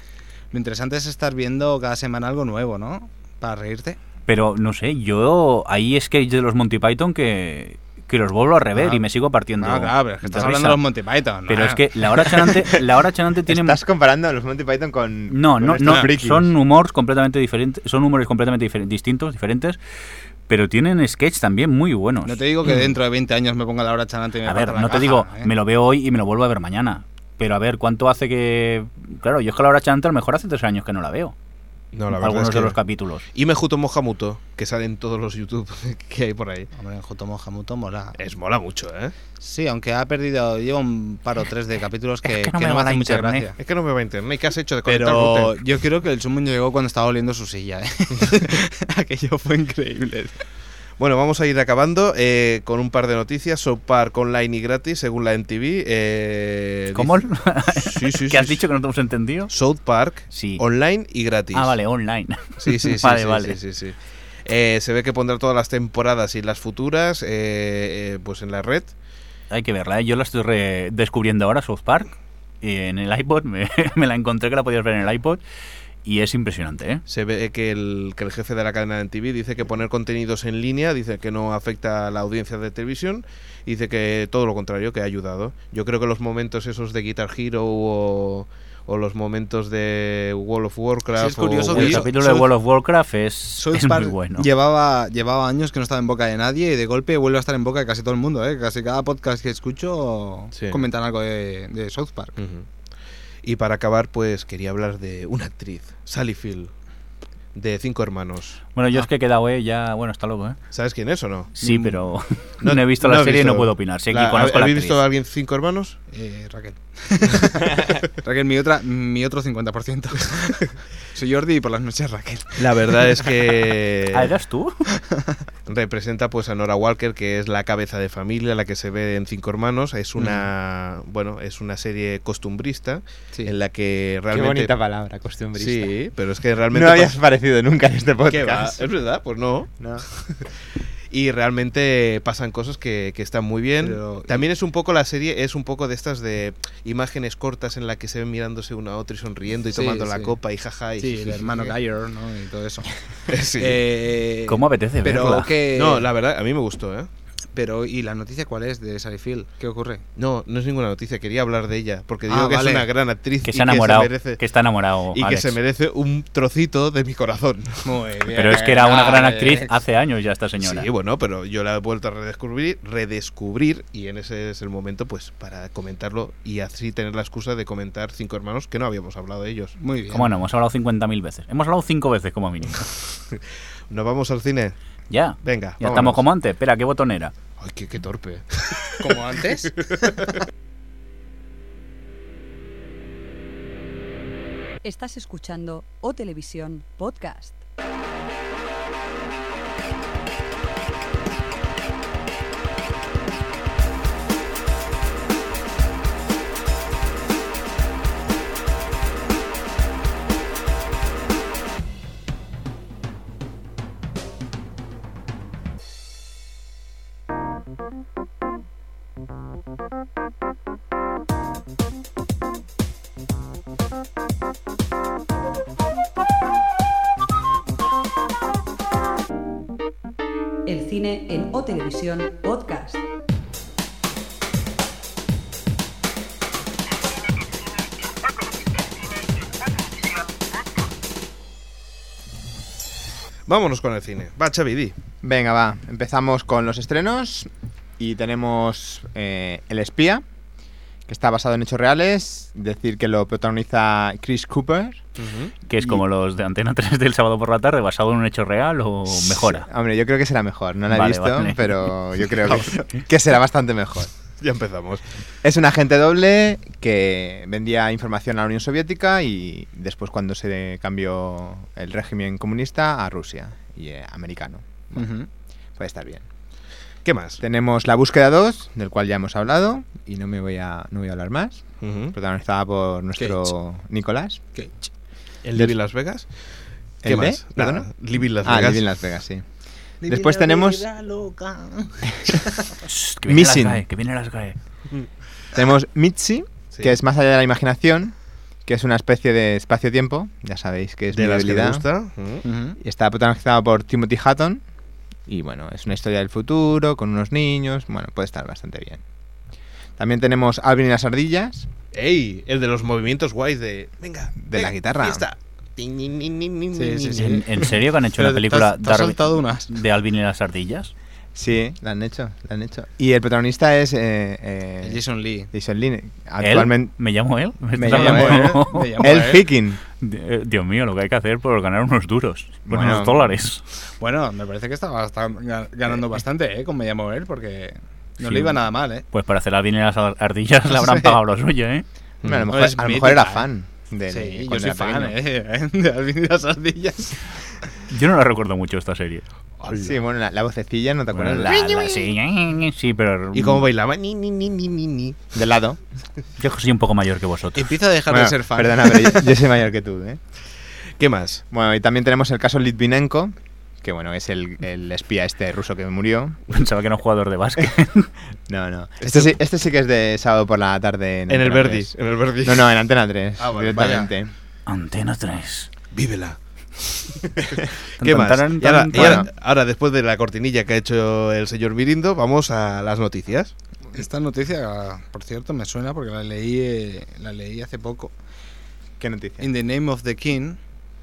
Speaker 5: Lo interesante es estar viendo cada semana algo nuevo, ¿no? Para reírte.
Speaker 4: Pero no sé, yo hay sketches de los Monty Python que, que los vuelvo a rever
Speaker 5: Ah.
Speaker 4: y me sigo partiendo.
Speaker 5: no, claro, pero es
Speaker 4: de
Speaker 5: que estás
Speaker 4: risa.
Speaker 5: hablando de los Monty Python. Ah.
Speaker 4: Pero
Speaker 5: ¿no?
Speaker 4: es que la hora chanante, la hora chanante tiene
Speaker 3: Estás comparando a los Monty Python con.
Speaker 4: No,
Speaker 3: con
Speaker 4: no,
Speaker 3: estos
Speaker 4: no,
Speaker 3: frikis.
Speaker 4: son humores completamente diferentes, son humores completamente difer- distintos, diferentes, pero tienen sketch también muy buenos.
Speaker 5: No te digo que dentro de 20 años me ponga la hora chanante y me
Speaker 4: Mm. a ver,
Speaker 5: parta
Speaker 4: no
Speaker 5: la
Speaker 4: te
Speaker 5: caja,
Speaker 4: digo,
Speaker 5: ¿eh?
Speaker 4: me lo veo hoy y me lo vuelvo a ver mañana. Pero a ver, ¿cuánto hace que...? Claro, yo es que la hora chanante a lo mejor hace tres años que no la veo.
Speaker 2: No, la verdad
Speaker 4: algunos
Speaker 2: es que...
Speaker 4: de los capítulos.
Speaker 2: Y Mejuto Mojamuto, que sale en todos los YouTube que hay por ahí.
Speaker 5: Hombre, en Jotomo Jamuto mola.
Speaker 2: Es mola mucho, ¿eh?
Speaker 5: Sí, aunque ha perdido, lleva un par o tres de capítulos que,
Speaker 4: que no
Speaker 5: que
Speaker 4: me
Speaker 5: no me
Speaker 4: va la
Speaker 5: hacen mucha
Speaker 4: internet.
Speaker 5: gracia.
Speaker 2: Es que no me va a internet. ¿Qué has hecho de conectar
Speaker 5: Pero
Speaker 2: router?
Speaker 5: yo creo que Pues el sumo llegó cuando estaba oliendo su silla, ¿eh? Aquello fue increíble.
Speaker 2: Bueno, vamos a ir acabando eh, con un par de noticias. Sopar online y gratis, según la MTV. Eh,
Speaker 4: ¿Cómo?
Speaker 2: dice- Sí, sí,
Speaker 4: ¿Que has
Speaker 2: sí,
Speaker 4: dicho que no te hemos entendido?
Speaker 2: South Park,
Speaker 4: Sí.
Speaker 2: online y gratis.
Speaker 4: Ah, vale, online.
Speaker 2: Sí, sí, sí.
Speaker 4: vale,
Speaker 2: sí,
Speaker 4: vale.
Speaker 2: sí, sí, sí. Eh, se ve que pondrá todas las temporadas y las futuras eh, eh, pues en la red.
Speaker 4: Hay que verla, ¿eh? yo la estoy re- descubriendo ahora, South Park, y en el iPod, me, me la encontré que la podías ver en el iPod, y es impresionante, ¿eh?
Speaker 2: Se ve que el, que el jefe de la cadena de TV dice que poner contenidos en línea, dice que no afecta a la audiencia de televisión, y dice que todo lo contrario, que ha ayudado. Yo creo que los momentos esos de Guitar Hero o, o los momentos de World of Warcraft
Speaker 5: Sí, es curioso
Speaker 2: o
Speaker 5: que
Speaker 4: El
Speaker 2: Wii,
Speaker 5: South-
Speaker 4: capítulo de
Speaker 5: South-
Speaker 4: World of Warcraft es,
Speaker 5: South
Speaker 4: es muy
Speaker 5: Park
Speaker 4: bueno.
Speaker 5: llevaba, llevaba años que no estaba en boca de nadie y de golpe vuelve a estar en boca de casi todo el mundo, ¿eh? Casi cada podcast que escucho
Speaker 2: Sí.
Speaker 5: comentan algo de, de South Park.
Speaker 2: Ujú. Y para acabar, pues quería hablar de una actriz, Sally Field, de Cinco Hermanos.
Speaker 4: Bueno, yo es que he quedado, ¿eh? Ya, bueno, hasta luego, ¿eh?
Speaker 2: ¿Sabes quién es o no?
Speaker 4: Sí,
Speaker 5: Mm,
Speaker 4: pero no, he visto la
Speaker 2: has
Speaker 4: serie y no
Speaker 2: visto.
Speaker 4: puedo opinar. Sé que
Speaker 2: La-
Speaker 4: conozco a la
Speaker 2: ¿Habéis visto a
Speaker 4: actriz.
Speaker 2: alguien Cinco Hermanos?
Speaker 5: Eh, Raquel. Raquel, mi, otra, mi otro 50%. Soy Jordi y por las noches Raquel.
Speaker 2: La verdad es que...
Speaker 4: ¿Ah, eras tú?
Speaker 2: representa pues a Nora Walker, que es la cabeza de familia, la que se ve en Cinco Hermanos. Es una bueno, es una serie costumbrista
Speaker 5: Sí.
Speaker 2: en la que
Speaker 3: Qué
Speaker 2: realmente
Speaker 3: bonita palabra, costumbrista.
Speaker 2: Sí, pero es que realmente
Speaker 3: No habías parecido nunca en este
Speaker 2: ¿Qué va?
Speaker 3: podcast.
Speaker 2: Es verdad, pues no.
Speaker 3: No.
Speaker 2: Y realmente pasan cosas que, que están muy bien.
Speaker 5: Pero-
Speaker 2: También es un poco la serie, es un poco de estas de imágenes cortas en la que se ven mirándose uno a otro y sonriendo y
Speaker 5: Sí,
Speaker 2: tomando la
Speaker 5: sí.
Speaker 2: copa y jaja. Y
Speaker 5: Sí, el hermano Geyer, ¿no? Y todo eso.
Speaker 2: Sí.
Speaker 5: Eh,
Speaker 4: ¿Cómo apetece
Speaker 5: pero
Speaker 4: verla?
Speaker 5: que
Speaker 2: no, la verdad, a mí me gustó, ¿eh?
Speaker 5: Pero, ¿y la noticia cuál es de Sally Field? ¿Qué ocurre?
Speaker 2: No, no es ninguna noticia, quería hablar de ella, porque digo
Speaker 5: Ah,
Speaker 2: que
Speaker 5: vale.
Speaker 2: es una gran actriz
Speaker 4: Que
Speaker 2: y
Speaker 4: se ha enamorado. Que,
Speaker 2: merece,
Speaker 4: está enamorado.
Speaker 2: y que
Speaker 4: Alex.
Speaker 2: se merece un trocito de mi corazón.
Speaker 5: Muy bien.
Speaker 4: Pero es que era una gran actriz hace años ya esta señora.
Speaker 2: Sí, bueno, pero yo la he vuelto a redescubrir, redescubrir y en ese es el momento pues para comentarlo y así tener la excusa de comentar Cinco Hermanos que no habíamos hablado de ellos.
Speaker 5: Muy bien.
Speaker 4: ¿Cómo no? Hemos hablado 50.000 veces. Hemos hablado 5 veces como mínimo.
Speaker 2: ¿Nos vamos al cine?
Speaker 4: Ya.
Speaker 2: Venga,
Speaker 4: Ya
Speaker 2: vámonos.
Speaker 4: estamos como antes. Espera, ¿qué botón era?
Speaker 2: Ay, qué, qué torpe.
Speaker 5: ¿Como antes?
Speaker 1: Estás escuchando O Televisión Podcast. El cine en O Televisión Podcast.
Speaker 2: Vámonos con el cine. Va, Xavi, di.
Speaker 3: Venga, va. Empezamos con los estrenos. Y tenemos eh, El Espía, que está basado en hechos reales. Decir que lo protagoniza Chris Cooper.
Speaker 4: Que es como los de Antena 3 del sábado por la tarde, basado en un hecho real o mejora.
Speaker 3: Sí, Hombre, yo creo que será mejor. No la he
Speaker 4: Vale,
Speaker 3: visto,
Speaker 4: vale.
Speaker 3: pero yo creo que, que será bastante mejor.
Speaker 2: Ya empezamos.
Speaker 3: Es un agente doble que vendía información a la Unión Soviética y después cuando se cambió el régimen comunista a Rusia y eh, americano. Bueno,
Speaker 5: Ujú.
Speaker 3: Puede estar bien.
Speaker 2: ¿Qué más?
Speaker 3: Tenemos La Búsqueda 2, del cual ya hemos hablado y no me voy a, no voy a hablar más.
Speaker 2: Ujú.
Speaker 3: Protagonizada por nuestro Nicolás.
Speaker 5: Que-
Speaker 2: ¿El Living Las Vegas? ¿Qué
Speaker 3: ¿El de?
Speaker 2: más?
Speaker 3: ¿Perdona?
Speaker 2: Nada, Living Las
Speaker 3: ah,
Speaker 2: Vegas.
Speaker 3: Living Las Vegas, sí. Después tenemos,
Speaker 5: pues.
Speaker 4: Shh, que viene
Speaker 3: Missing.
Speaker 4: las GAE, que viene las GAE.
Speaker 3: tenemos Mitzi,
Speaker 2: Sí.
Speaker 3: que es más allá de la imaginación, que es una especie de espacio-tiempo. Ya sabéis que es
Speaker 2: de
Speaker 3: mi
Speaker 2: las que te
Speaker 3: debilidad.
Speaker 2: gusta. Ujú.
Speaker 5: Ujú.
Speaker 3: Y está protagonizado por Timothy Hutton. Y bueno, es una historia del futuro, con unos niños. Bueno, puede estar bastante bien. También tenemos Alvin y las ardillas,
Speaker 2: ¡Ey! El de los movimientos guays de. Venga,
Speaker 3: de la guitarra.
Speaker 5: Sí, sí, sí.
Speaker 4: ¿En, en serio que han hecho
Speaker 5: Pero
Speaker 4: una
Speaker 5: te
Speaker 4: película
Speaker 5: has- te has
Speaker 4: Darwin-
Speaker 5: saltado unas.
Speaker 4: de Alvin y las ardillas?
Speaker 3: Sí, la han hecho, la han hecho. Y el protagonista es eh, eh,
Speaker 5: El Jason Lee.
Speaker 3: Jason Lin.
Speaker 4: ¿Él?
Speaker 3: Actualmente.
Speaker 4: ¿Me llamo él? ¿Me
Speaker 3: Me
Speaker 4: estás
Speaker 3: llamo
Speaker 4: hablando?
Speaker 5: él, me llamo-
Speaker 3: El
Speaker 5: Joder.
Speaker 3: Hiking.
Speaker 4: Di- eh, Dios mío, lo que hay que hacer por ganar unos duros. Bueno,
Speaker 3: Bueno.
Speaker 4: unos dólares.
Speaker 5: Bueno, me parece que estaba bastan- ga- ganando bastante, ¿eh? Con Me llamo él, porque no
Speaker 4: Sí.
Speaker 5: le iba nada mal, ¿eh?
Speaker 4: Pues para hacer Alvin y las ar- ardillas le habrán
Speaker 5: Sí.
Speaker 4: pagado lo suyo, ¿eh?
Speaker 3: Bueno, a lo
Speaker 5: No,
Speaker 3: mejor,
Speaker 5: es
Speaker 3: a lo mejor era
Speaker 5: mítica,
Speaker 3: fan. Del,
Speaker 5: sí, yo
Speaker 3: cuando
Speaker 5: soy
Speaker 3: era
Speaker 5: fan,
Speaker 3: pequeño.
Speaker 5: ¿eh? De Alvin y las ardillas.
Speaker 4: Yo no la recuerdo mucho esta serie.
Speaker 3: Sí, bueno, la, la vocecilla, ¿no te
Speaker 4: Bueno,
Speaker 3: acuerdas?
Speaker 4: la- la- sí, eh, sí, pero.
Speaker 2: ¿Y cómo bailaba? Ni, ni, ni, ni, ni, ni.
Speaker 3: De lado.
Speaker 4: Yo soy un poco mayor que vosotros.
Speaker 5: Empieza a dejar
Speaker 3: Bueno,
Speaker 5: de ser fan.
Speaker 3: Perdona, pero yo, yo soy mayor que tú, ¿eh?
Speaker 2: ¿Qué más?
Speaker 3: Bueno, y también tenemos el caso Litvinenko, que bueno, es el, el espía este ruso que murió.
Speaker 4: Pensaba que era un jugador de básquet.
Speaker 3: No, no. Este sí, este sí que es de sábado por la tarde.
Speaker 2: En el
Speaker 3: Antena
Speaker 2: Verdi.
Speaker 3: 3.
Speaker 2: En el Verdi.
Speaker 3: No, no, en Antena 3.
Speaker 5: Ah, vale,
Speaker 3: directamente.
Speaker 4: Antena 3.
Speaker 2: Vívela. ¿Qué más?
Speaker 4: Tan, tan,
Speaker 2: Y ahora,
Speaker 4: tan,
Speaker 2: y ahora-
Speaker 4: tan.
Speaker 2: ahora, después de la cortinilla que ha hecho el señor Mirindo, vamos a las noticias.
Speaker 5: Esta noticia, por cierto, me suena porque la leí, eh, la leí hace poco.
Speaker 3: ¿Qué noticia?
Speaker 5: In the Name of the King.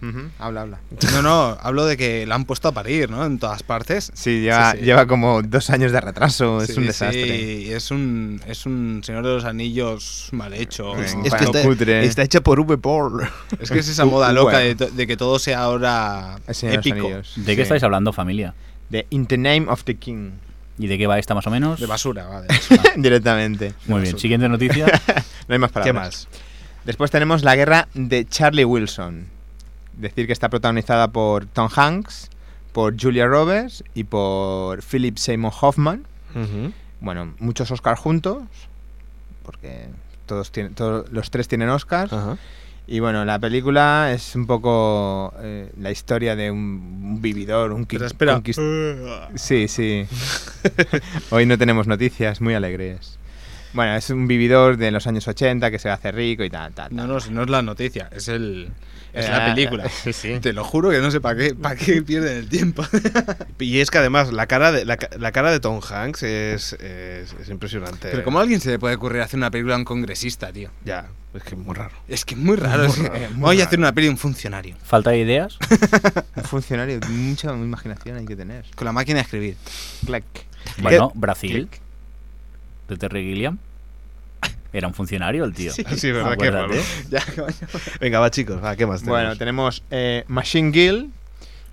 Speaker 3: Ujú, Habla, habla.
Speaker 5: No, no, hablo de que la han puesto a parir, ¿no? En todas partes.
Speaker 3: Sí lleva,
Speaker 5: Sí, sí.
Speaker 3: lleva como dos años de retraso. es
Speaker 5: Sí,
Speaker 3: un desastre.
Speaker 5: sí, y es un, es un Señor de los Anillos mal hecho.
Speaker 3: Es
Speaker 5: ¿no?
Speaker 3: que
Speaker 5: Bueno,
Speaker 3: está- cutre.
Speaker 2: hecha por V-Ball.
Speaker 5: es que es esa moda loca
Speaker 3: Bueno.
Speaker 5: de, to- de que todo sea ahora
Speaker 3: El Señor de los
Speaker 5: épico.
Speaker 3: Anillos,
Speaker 4: ¿De qué
Speaker 3: sí.
Speaker 4: estáis hablando, familia?
Speaker 3: De In the Name of the King.
Speaker 4: ¿Y de qué va esta más o menos?
Speaker 5: De basura, va, de basura.
Speaker 3: Directamente.
Speaker 4: Muy bien, siguiente noticia.
Speaker 3: No hay más
Speaker 2: ¿Qué
Speaker 3: palabras.
Speaker 2: más?
Speaker 3: Después tenemos la guerra de Charlie Wilson. Decir que está protagonizada por Tom Hanks, por Julia Roberts y por Philip Seymour Hoffman. Bueno, muchos Oscars juntos, porque todos, tienen, todos los tres tienen Oscars.
Speaker 2: Ajá.
Speaker 3: Y bueno, la película es un poco eh, la historia de un, un vividor, un
Speaker 5: Pero
Speaker 3: quis-
Speaker 5: espera.
Speaker 3: un quis- Sí, sí. Hoy no tenemos noticias muy alegres. Bueno, es un vividor de los años 80 que se hace rico y tal, tal.
Speaker 5: No,
Speaker 3: tal.
Speaker 5: no, no es la noticia, es el. Es
Speaker 3: Eh,
Speaker 5: la película.
Speaker 3: sí.
Speaker 5: Te lo juro que no sé para qué, para qué pierden el tiempo.
Speaker 2: Y es que además la cara de, la, ca- la cara de Tom Hanks es, es- es impresionante.
Speaker 5: Pero ¿cómo a alguien se le puede ocurrir hacer una película a un congresista, tío?
Speaker 2: Ya, es que es muy raro.
Speaker 5: Es que es muy raro.
Speaker 2: Muy
Speaker 5: es-
Speaker 2: raro, muy
Speaker 5: Voy
Speaker 2: raro.
Speaker 5: a hacer una peli de un funcionario.
Speaker 4: ¿Falta de ideas?
Speaker 3: Un funcionario, mucha imaginación hay que tener.
Speaker 5: Con la máquina de escribir.
Speaker 3: Clac.
Speaker 4: Bueno, Brasil,
Speaker 3: Clic.
Speaker 4: de Terry Gilliam. Era un funcionario el tío.
Speaker 2: Sí, es verdad que es raro.
Speaker 4: Acuérdate.
Speaker 2: Venga, va chicos, va, ¿qué más tenemos?
Speaker 3: Bueno, tenemos eh, Machine Guild,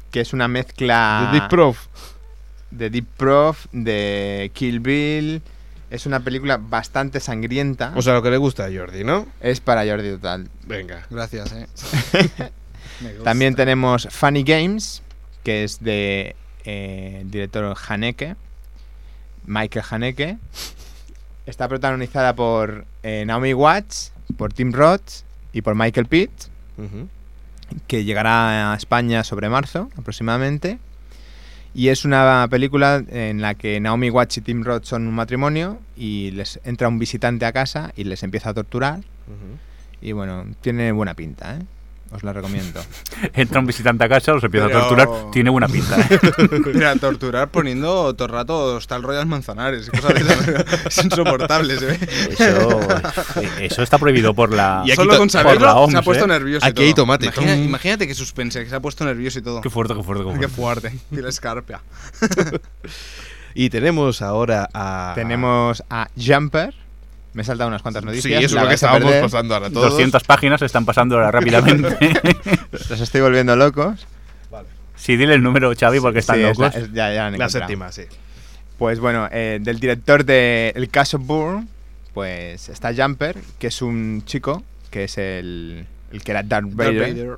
Speaker 3: que es una mezcla
Speaker 2: The Deep Prof.
Speaker 3: de Deep Prof, de Kill Bill. Es una película bastante sangrienta.
Speaker 2: O sea, lo que le gusta a Jordi, ¿no?
Speaker 3: es para Jordi Total.
Speaker 2: Venga.
Speaker 5: Gracias, eh. Me gusta.
Speaker 3: También tenemos Funny Games, que es de eh, el director Haneke, Michael Haneke. Está protagonizada por eh, Naomi Watts, por Tim Roth y por Michael Pitt,
Speaker 2: Ujú.
Speaker 3: que llegará a España sobre marzo aproximadamente. Y es una película en la que Naomi Watts y Tim Roth son un matrimonio y les entra un visitante a casa y les empieza a torturar.
Speaker 2: Ujú.
Speaker 3: Y bueno, tiene buena pinta, ¿eh? Os la recomiendo.
Speaker 4: Entra un visitante a casa, los empieza
Speaker 5: Pero-
Speaker 4: a torturar. Tiene buena pinta. ¿eh?
Speaker 5: Mira, torturar poniendo todo el rato tal Royal Manzanares. y Cosas de esas. es insoportable, se ve.
Speaker 4: Eso, eso está prohibido por la.
Speaker 2: Y aquí
Speaker 5: Solo
Speaker 2: to-
Speaker 5: con
Speaker 4: por la
Speaker 5: saberlo se ha
Speaker 4: OMS,
Speaker 5: puesto
Speaker 4: ¿eh?
Speaker 5: nervioso. y
Speaker 2: Aquí hay
Speaker 5: todo.
Speaker 2: tomate.
Speaker 5: Imagina-
Speaker 2: Tum.
Speaker 5: imagínate que suspense, que se ha puesto nervioso y todo.
Speaker 4: Qué fuerte, qué fuerte, qué
Speaker 5: Qué
Speaker 4: fuerte.
Speaker 5: fuerte. Y la escarpia.
Speaker 2: Y tenemos ahora a.
Speaker 3: Tenemos a Jumper. Me he saltado unas cuantas
Speaker 2: Ah. Sí,
Speaker 3: noticias.
Speaker 2: eso es
Speaker 3: la
Speaker 2: lo que
Speaker 3: vais a
Speaker 2: estábamos
Speaker 3: perder.
Speaker 2: pasando ahora todos.
Speaker 4: 200 páginas se están pasando ahora rápidamente.
Speaker 3: Los estoy volviendo locos.
Speaker 4: sí, dile el número, Xavi, porque están
Speaker 3: Sí, es la-
Speaker 4: locos.
Speaker 3: es- ya, ya la han
Speaker 2: La
Speaker 3: encontrado.
Speaker 2: séptima, sí.
Speaker 3: Pues bueno, eh, del director de El caso Bourne, pues está Jumper, que es un chico, que es el, el que era Darth Vader,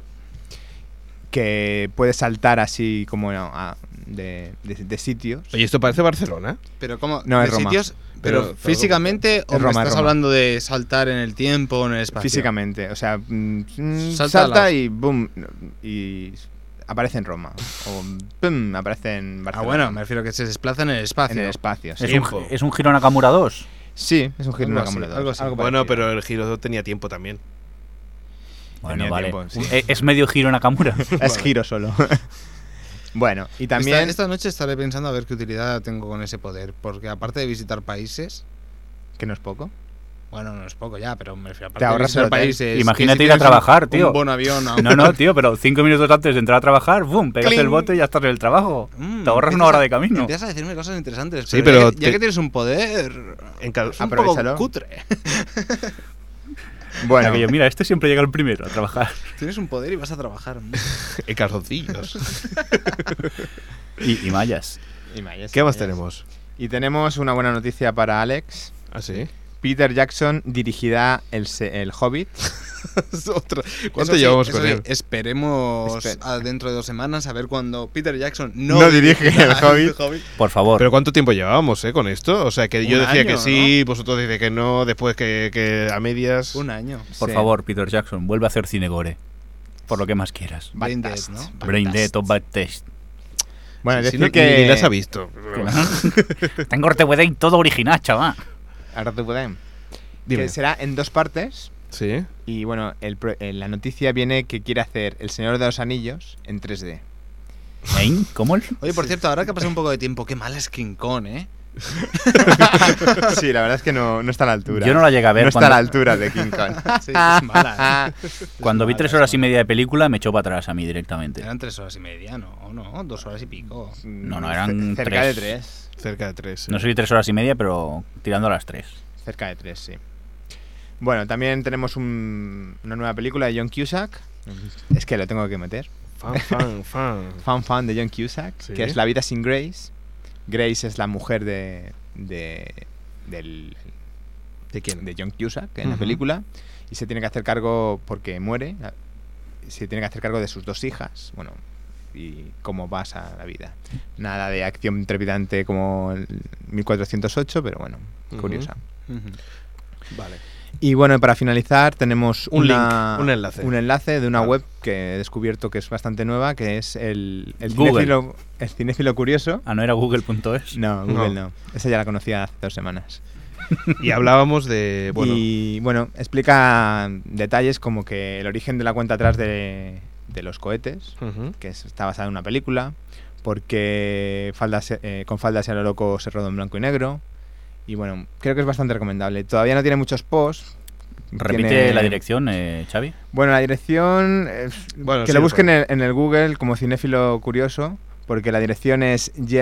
Speaker 3: que puede saltar así como a- de, de- de sitios.
Speaker 2: Oye, esto parece Barcelona.
Speaker 5: Pero ¿cómo?
Speaker 3: No,
Speaker 5: ¿De
Speaker 3: es Roma.
Speaker 5: sitios? Pero,
Speaker 2: Pero-
Speaker 5: físicamente, o
Speaker 3: Es Roma,
Speaker 5: me
Speaker 3: es
Speaker 5: estás
Speaker 3: Roma.
Speaker 5: hablando de saltar en el tiempo o en el espacio.
Speaker 3: Físicamente, o sea, mm, mm,
Speaker 5: Salta
Speaker 3: salta,
Speaker 5: las-
Speaker 3: y boom, y aparece en Roma. O pum, aparece en
Speaker 5: Ah,
Speaker 3: Barcelona.
Speaker 5: bueno, me refiero a que se desplaza en el
Speaker 3: en
Speaker 5: espacio.
Speaker 3: el espacio. sí.
Speaker 4: Es un, es un giro Nakamura 2.
Speaker 3: Sí, es un giro
Speaker 5: Algo
Speaker 3: de
Speaker 5: así,
Speaker 3: acumulador.
Speaker 5: algo así.
Speaker 2: Bueno, pero el giro tenía tiempo también.
Speaker 4: Bueno,
Speaker 3: Tenía
Speaker 4: vale.
Speaker 3: tiempo, sí.
Speaker 4: Eh, Es medio giro Nakamura.
Speaker 3: Es giro solo. bueno, y
Speaker 5: Esta,
Speaker 3: también
Speaker 5: esta noche estaré pensando a ver qué utilidad tengo con ese poder, porque aparte de visitar países,
Speaker 3: que no es poco.
Speaker 5: bueno, no es poco ya, pero me refiero aparte
Speaker 3: Te ahorras
Speaker 5: de
Speaker 3: el
Speaker 5: visitar
Speaker 3: hotel.
Speaker 5: países.
Speaker 4: Imagínate
Speaker 5: que si
Speaker 4: ir a
Speaker 5: tienes un-
Speaker 4: trabajar, tío.
Speaker 5: Un buen avión. a-
Speaker 4: No, no, tío, pero cinco minutos antes de entrar a trabajar, ¡bum! Pegas
Speaker 5: ¡Cling!
Speaker 4: el bote y ya estás en el trabajo.
Speaker 5: Mm,
Speaker 4: Te ahorras
Speaker 5: empiezas
Speaker 4: una hora
Speaker 5: a-
Speaker 4: de camino.
Speaker 5: Empiezas a decirme cosas interesantes.
Speaker 2: Sí,
Speaker 5: pero.
Speaker 2: pero
Speaker 5: ya que- Ya,
Speaker 2: te- Eh,
Speaker 5: que tienes un poder.
Speaker 2: En cal-
Speaker 5: Es un
Speaker 3: Aprovéchalo.
Speaker 5: poco cutre.
Speaker 3: Bueno,
Speaker 4: Aquello, mira, este siempre llega el primero a trabajar.
Speaker 5: Tienes un poder y vas a trabajar.
Speaker 2: en calzoncillos.
Speaker 4: Y, y mayas.
Speaker 3: y Mayas,
Speaker 2: ¿Qué más
Speaker 3: Mayas.
Speaker 2: tenemos?
Speaker 3: Y tenemos una buena noticia para Alex.
Speaker 2: ¿Ah, sí?
Speaker 3: Peter Jackson dirigirá El, se- el Hobbit.
Speaker 2: Es otra- ¿Cuánto
Speaker 5: Eso sí,
Speaker 2: llevamos
Speaker 5: eso
Speaker 2: con
Speaker 5: sí,
Speaker 2: él?
Speaker 5: Esperemos
Speaker 3: Espera.
Speaker 5: a dentro de dos semanas a ver cuando Peter Jackson no,
Speaker 3: No, dirige El Hobbit.
Speaker 4: Por favor.
Speaker 2: Pero ¿cuánto tiempo llevábamos eh, con esto? O sea, que yo
Speaker 5: Un
Speaker 2: decía que
Speaker 5: año,
Speaker 2: sí, vosotros dices que no, después que, que a medias...
Speaker 5: Un año.
Speaker 4: Por
Speaker 3: Sí.
Speaker 4: favor, Peter Jackson, vuelve a hacer cine gore. Por lo que más quieras.
Speaker 5: Brain
Speaker 3: Bastard.
Speaker 5: Dead, ¿no?
Speaker 4: Brain Dead o Bad Test.
Speaker 3: Bueno,
Speaker 2: Sí,
Speaker 3: decir
Speaker 2: no- ni-
Speaker 3: que...
Speaker 2: ni las ha visto.
Speaker 4: Tengo y todo original, chaval.
Speaker 3: Ahora te podemos.
Speaker 2: Dime.
Speaker 3: Que será en dos partes.
Speaker 2: Sí.
Speaker 3: Y bueno, el pro- eh, la noticia viene que quiere hacer El Señor de los Anillos en 3D.
Speaker 4: ¿Ein? ¿Cómo el?
Speaker 5: Oye, por cierto, ahora que ha pasado un poco de tiempo, qué mala es King Kong, ¿eh?
Speaker 3: sí, la verdad es que no, no está a la altura.
Speaker 4: Yo no la llegué a ver
Speaker 3: No está a
Speaker 4: cuando-
Speaker 3: la altura de King Kong.
Speaker 5: Sí, es mala. ¿eh?
Speaker 4: Cuando vi
Speaker 5: mala,
Speaker 4: tres
Speaker 5: es
Speaker 4: horas y
Speaker 5: mala.
Speaker 4: media de película, me echó para atrás a mí directamente.
Speaker 5: Eran tres horas y media, ¿no? ¿O no? Dos horas y pico.
Speaker 4: No, no,
Speaker 3: C-
Speaker 4: eran
Speaker 3: cerca de
Speaker 4: tres.
Speaker 3: tres.
Speaker 2: Cerca de tres. sí.
Speaker 4: No soy tres horas y media, pero tirando a las tres.
Speaker 3: Cerca de tres, sí. Bueno, también tenemos un- una nueva película de John Cusack. Es que lo tengo que meter.
Speaker 2: Fan, fan, fan.
Speaker 3: Fan fan de John Cusack,
Speaker 2: Sí.
Speaker 3: que es La vida sin Grace. Grace es la mujer de de del de quién? De John Cusack en la
Speaker 2: Ujú.
Speaker 3: película y se tiene que hacer cargo porque muere, la- se tiene que hacer cargo de sus dos hijas, bueno, y cómo pasa la vida. Nada de acción trepidante como el 1408, pero bueno,
Speaker 2: Ujú.
Speaker 3: curiosa.
Speaker 2: Vale.
Speaker 3: Y bueno, para finalizar tenemos
Speaker 2: Un
Speaker 3: una-
Speaker 2: link, un enlace.
Speaker 3: un enlace de una
Speaker 2: Ah.
Speaker 3: web que he descubierto que es bastante nueva, que es el, el,
Speaker 4: Google.
Speaker 3: cinéfilo, el cinéfilo curioso.
Speaker 4: Ah, no Ah, era google.es.
Speaker 3: No, Google no. Esa ya la conocía hace dos semanas.
Speaker 2: Y hablábamos de. Bueno,
Speaker 3: Y bueno, explica detalles como que el origen de la cuenta atrás de, de los cohetes,
Speaker 2: ujú,
Speaker 3: que es- está basada en una película, porque falda se- eh, con falda se a lo loco se rodó en blanco y negro. Y bueno, creo que es bastante recomendable. Todavía no tiene muchos posts.
Speaker 4: Repite
Speaker 3: Tiene-
Speaker 4: la dirección, eh, Xavi.
Speaker 3: Bueno, la dirección. eh,
Speaker 2: Bueno,
Speaker 3: que
Speaker 2: sí,
Speaker 3: lo
Speaker 2: lo
Speaker 3: busquen
Speaker 2: pone.
Speaker 3: en, en el Google como cinéfilo curioso, porque la dirección es
Speaker 2: No, lo- lo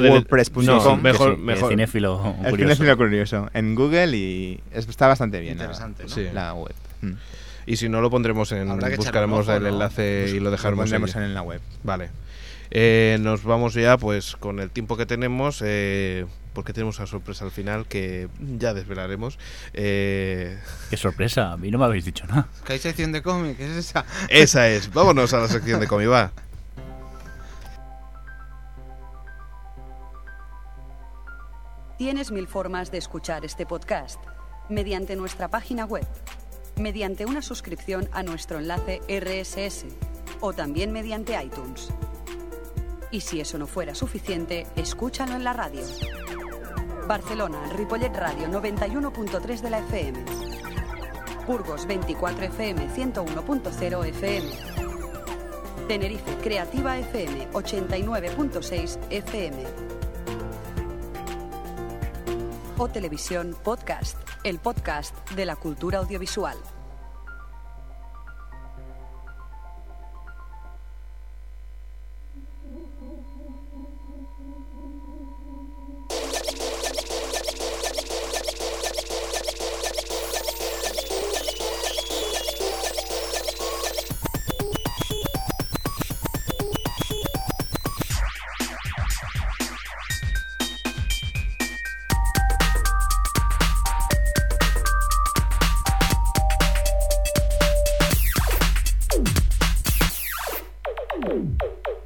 Speaker 2: de-
Speaker 3: yelkatsl.wordpress.com.
Speaker 2: no,
Speaker 4: Que
Speaker 2: mejor-
Speaker 4: que
Speaker 2: mejor.
Speaker 4: cinéfilo curioso.
Speaker 3: El cinéfilo curioso en Google y es- está bastante bien. la-
Speaker 5: Interesante, ¿no?
Speaker 2: Sí.
Speaker 3: La web. Mm.
Speaker 2: Y si no, lo pondremos en.
Speaker 5: Habrá que echar
Speaker 2: Buscaremos
Speaker 5: un ojo,
Speaker 2: el
Speaker 5: ¿no?
Speaker 2: enlace Eh, y lo
Speaker 3: Lo
Speaker 2: dejaremos
Speaker 3: pondremos
Speaker 2: ahí.
Speaker 3: en la web.
Speaker 2: Vale. Eh, nos vamos ya, pues, con el tiempo que tenemos, eh, porque tenemos una sorpresa al final que ya desvelaremos. Eh,
Speaker 4: Qué sorpresa, a mí no me habéis dicho nada.
Speaker 5: ¿Qué hay sección de cómic? ¿Es esa?
Speaker 2: esa es. Vámonos a la sección de cómic, va.
Speaker 1: Tienes mil formas de escuchar este podcast. Mediante nuestra página web, mediante una suscripción a nuestro enlace RSS o también mediante iTunes. Y si eso no fuera suficiente, escúchalo en la radio. Barcelona, Ripollet Radio 91.3 de la FM. Burgos 24 FM 101.0 FM. Tenerife Creativa FM 89.6 FM. o Televisión Podcast, el podcast de la cultura audiovisual.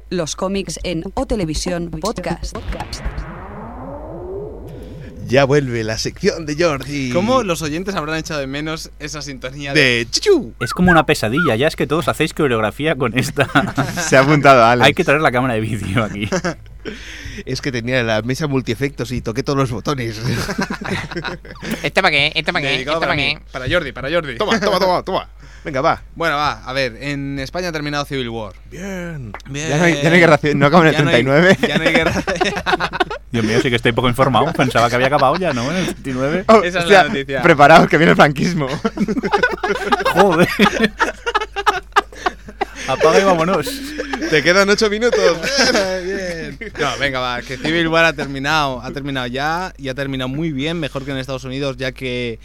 Speaker 1: Los cómics en O Televisión Podcast.
Speaker 2: Ya vuelve la sección de Jordi.
Speaker 5: ¿Cómo los oyentes habrán echado de menos esa sintonía de...
Speaker 2: De Chichu.
Speaker 4: Es como una pesadilla, ya es que todos hacéis coreografía con esta.
Speaker 3: Se ha apuntado Alex.
Speaker 4: Hay que traer la cámara de vídeo aquí.
Speaker 2: Es que tenía la mesa multiefectos y toqué todos los botones.
Speaker 7: Este
Speaker 6: ¿Esto para
Speaker 7: eh,
Speaker 6: qué? ¿Esto para qué? ¿Esto
Speaker 5: Dedicado para
Speaker 6: para
Speaker 5: mí,
Speaker 6: qué?
Speaker 5: para Jordi, para Jordi.
Speaker 2: toma, toma, toma, toma. Venga, va.
Speaker 5: Bueno, va, a ver, en España ha terminado Civil War.
Speaker 2: Bien.
Speaker 3: Ya no hay, ya no hay guerra civil, no acaba en el
Speaker 5: Ya no hay-
Speaker 3: 39.
Speaker 5: ya no hay guerra.
Speaker 4: Dios mío, sí que estoy poco informado. Pensaba que había acabado ya, ¿no? En el 29.
Speaker 3: Oh,
Speaker 5: Esa es la noticia.
Speaker 3: Preparaos que viene el franquismo.
Speaker 4: Joder. Apaga y vámonos.
Speaker 2: Te quedan ocho minutos.
Speaker 5: No, venga, va, que Civil War ha terminado, ha terminado ya y ha terminado muy bien, mejor que en Estados Unidos, ya que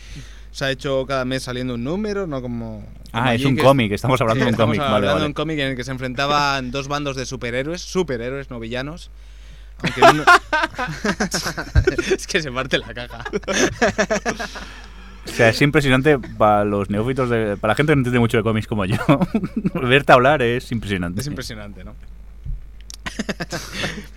Speaker 5: se ha hecho cada mes saliendo un número, no como... como
Speaker 4: Ah, es
Speaker 5: allí,
Speaker 4: un
Speaker 5: que
Speaker 4: cómic, estamos hablando de un
Speaker 5: estamos
Speaker 4: cómic. Vale,
Speaker 5: hablando de
Speaker 4: vale.
Speaker 5: un cómic en el que se enfrentaban dos bandos de superhéroes, superhéroes, no villanos. Aunque uno- es que se parte la caja.
Speaker 4: O sea, es impresionante para los neófitos, de, para la gente que no entiende mucho de cómics como yo. Verte hablar es impresionante.
Speaker 5: Es impresionante, ¿no?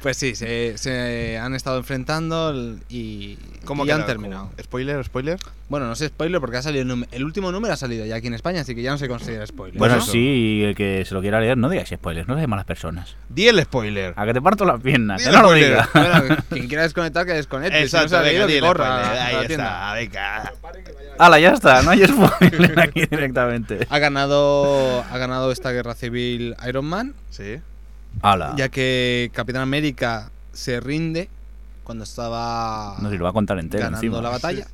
Speaker 5: pues sí, se, se han estado enfrentando el- y, y
Speaker 2: que
Speaker 5: han terminado.
Speaker 2: Spoiler, spoiler.
Speaker 5: Bueno, no sé spoiler porque ha salido el num- el último número ha salido ya aquí en España, así que ya no se considera spoiler.
Speaker 4: Bueno,
Speaker 5: ¿no?
Speaker 4: sí, y el que se lo quiera leer, no digáis spoilers, no seáis malas personas.
Speaker 2: Di el spoiler.
Speaker 4: A que te parto las piernas, que
Speaker 2: Dile
Speaker 4: no lo
Speaker 2: spoiler.
Speaker 4: digas.
Speaker 5: Bueno, quien quiera desconectar que desconecte. si no se ha leído, que corra a la tienda.
Speaker 2: venga.
Speaker 4: ¡Hala, ya está! No hay spoiler aquí directamente.
Speaker 5: Ha ganado, ha ganado esta guerra civil Iron Man,
Speaker 2: Sí.
Speaker 4: ¡Hala!
Speaker 5: ya que Capitán América se rinde cuando estaba
Speaker 4: No sé, lo va a contar entero
Speaker 5: ganando
Speaker 4: encima.
Speaker 5: la batalla.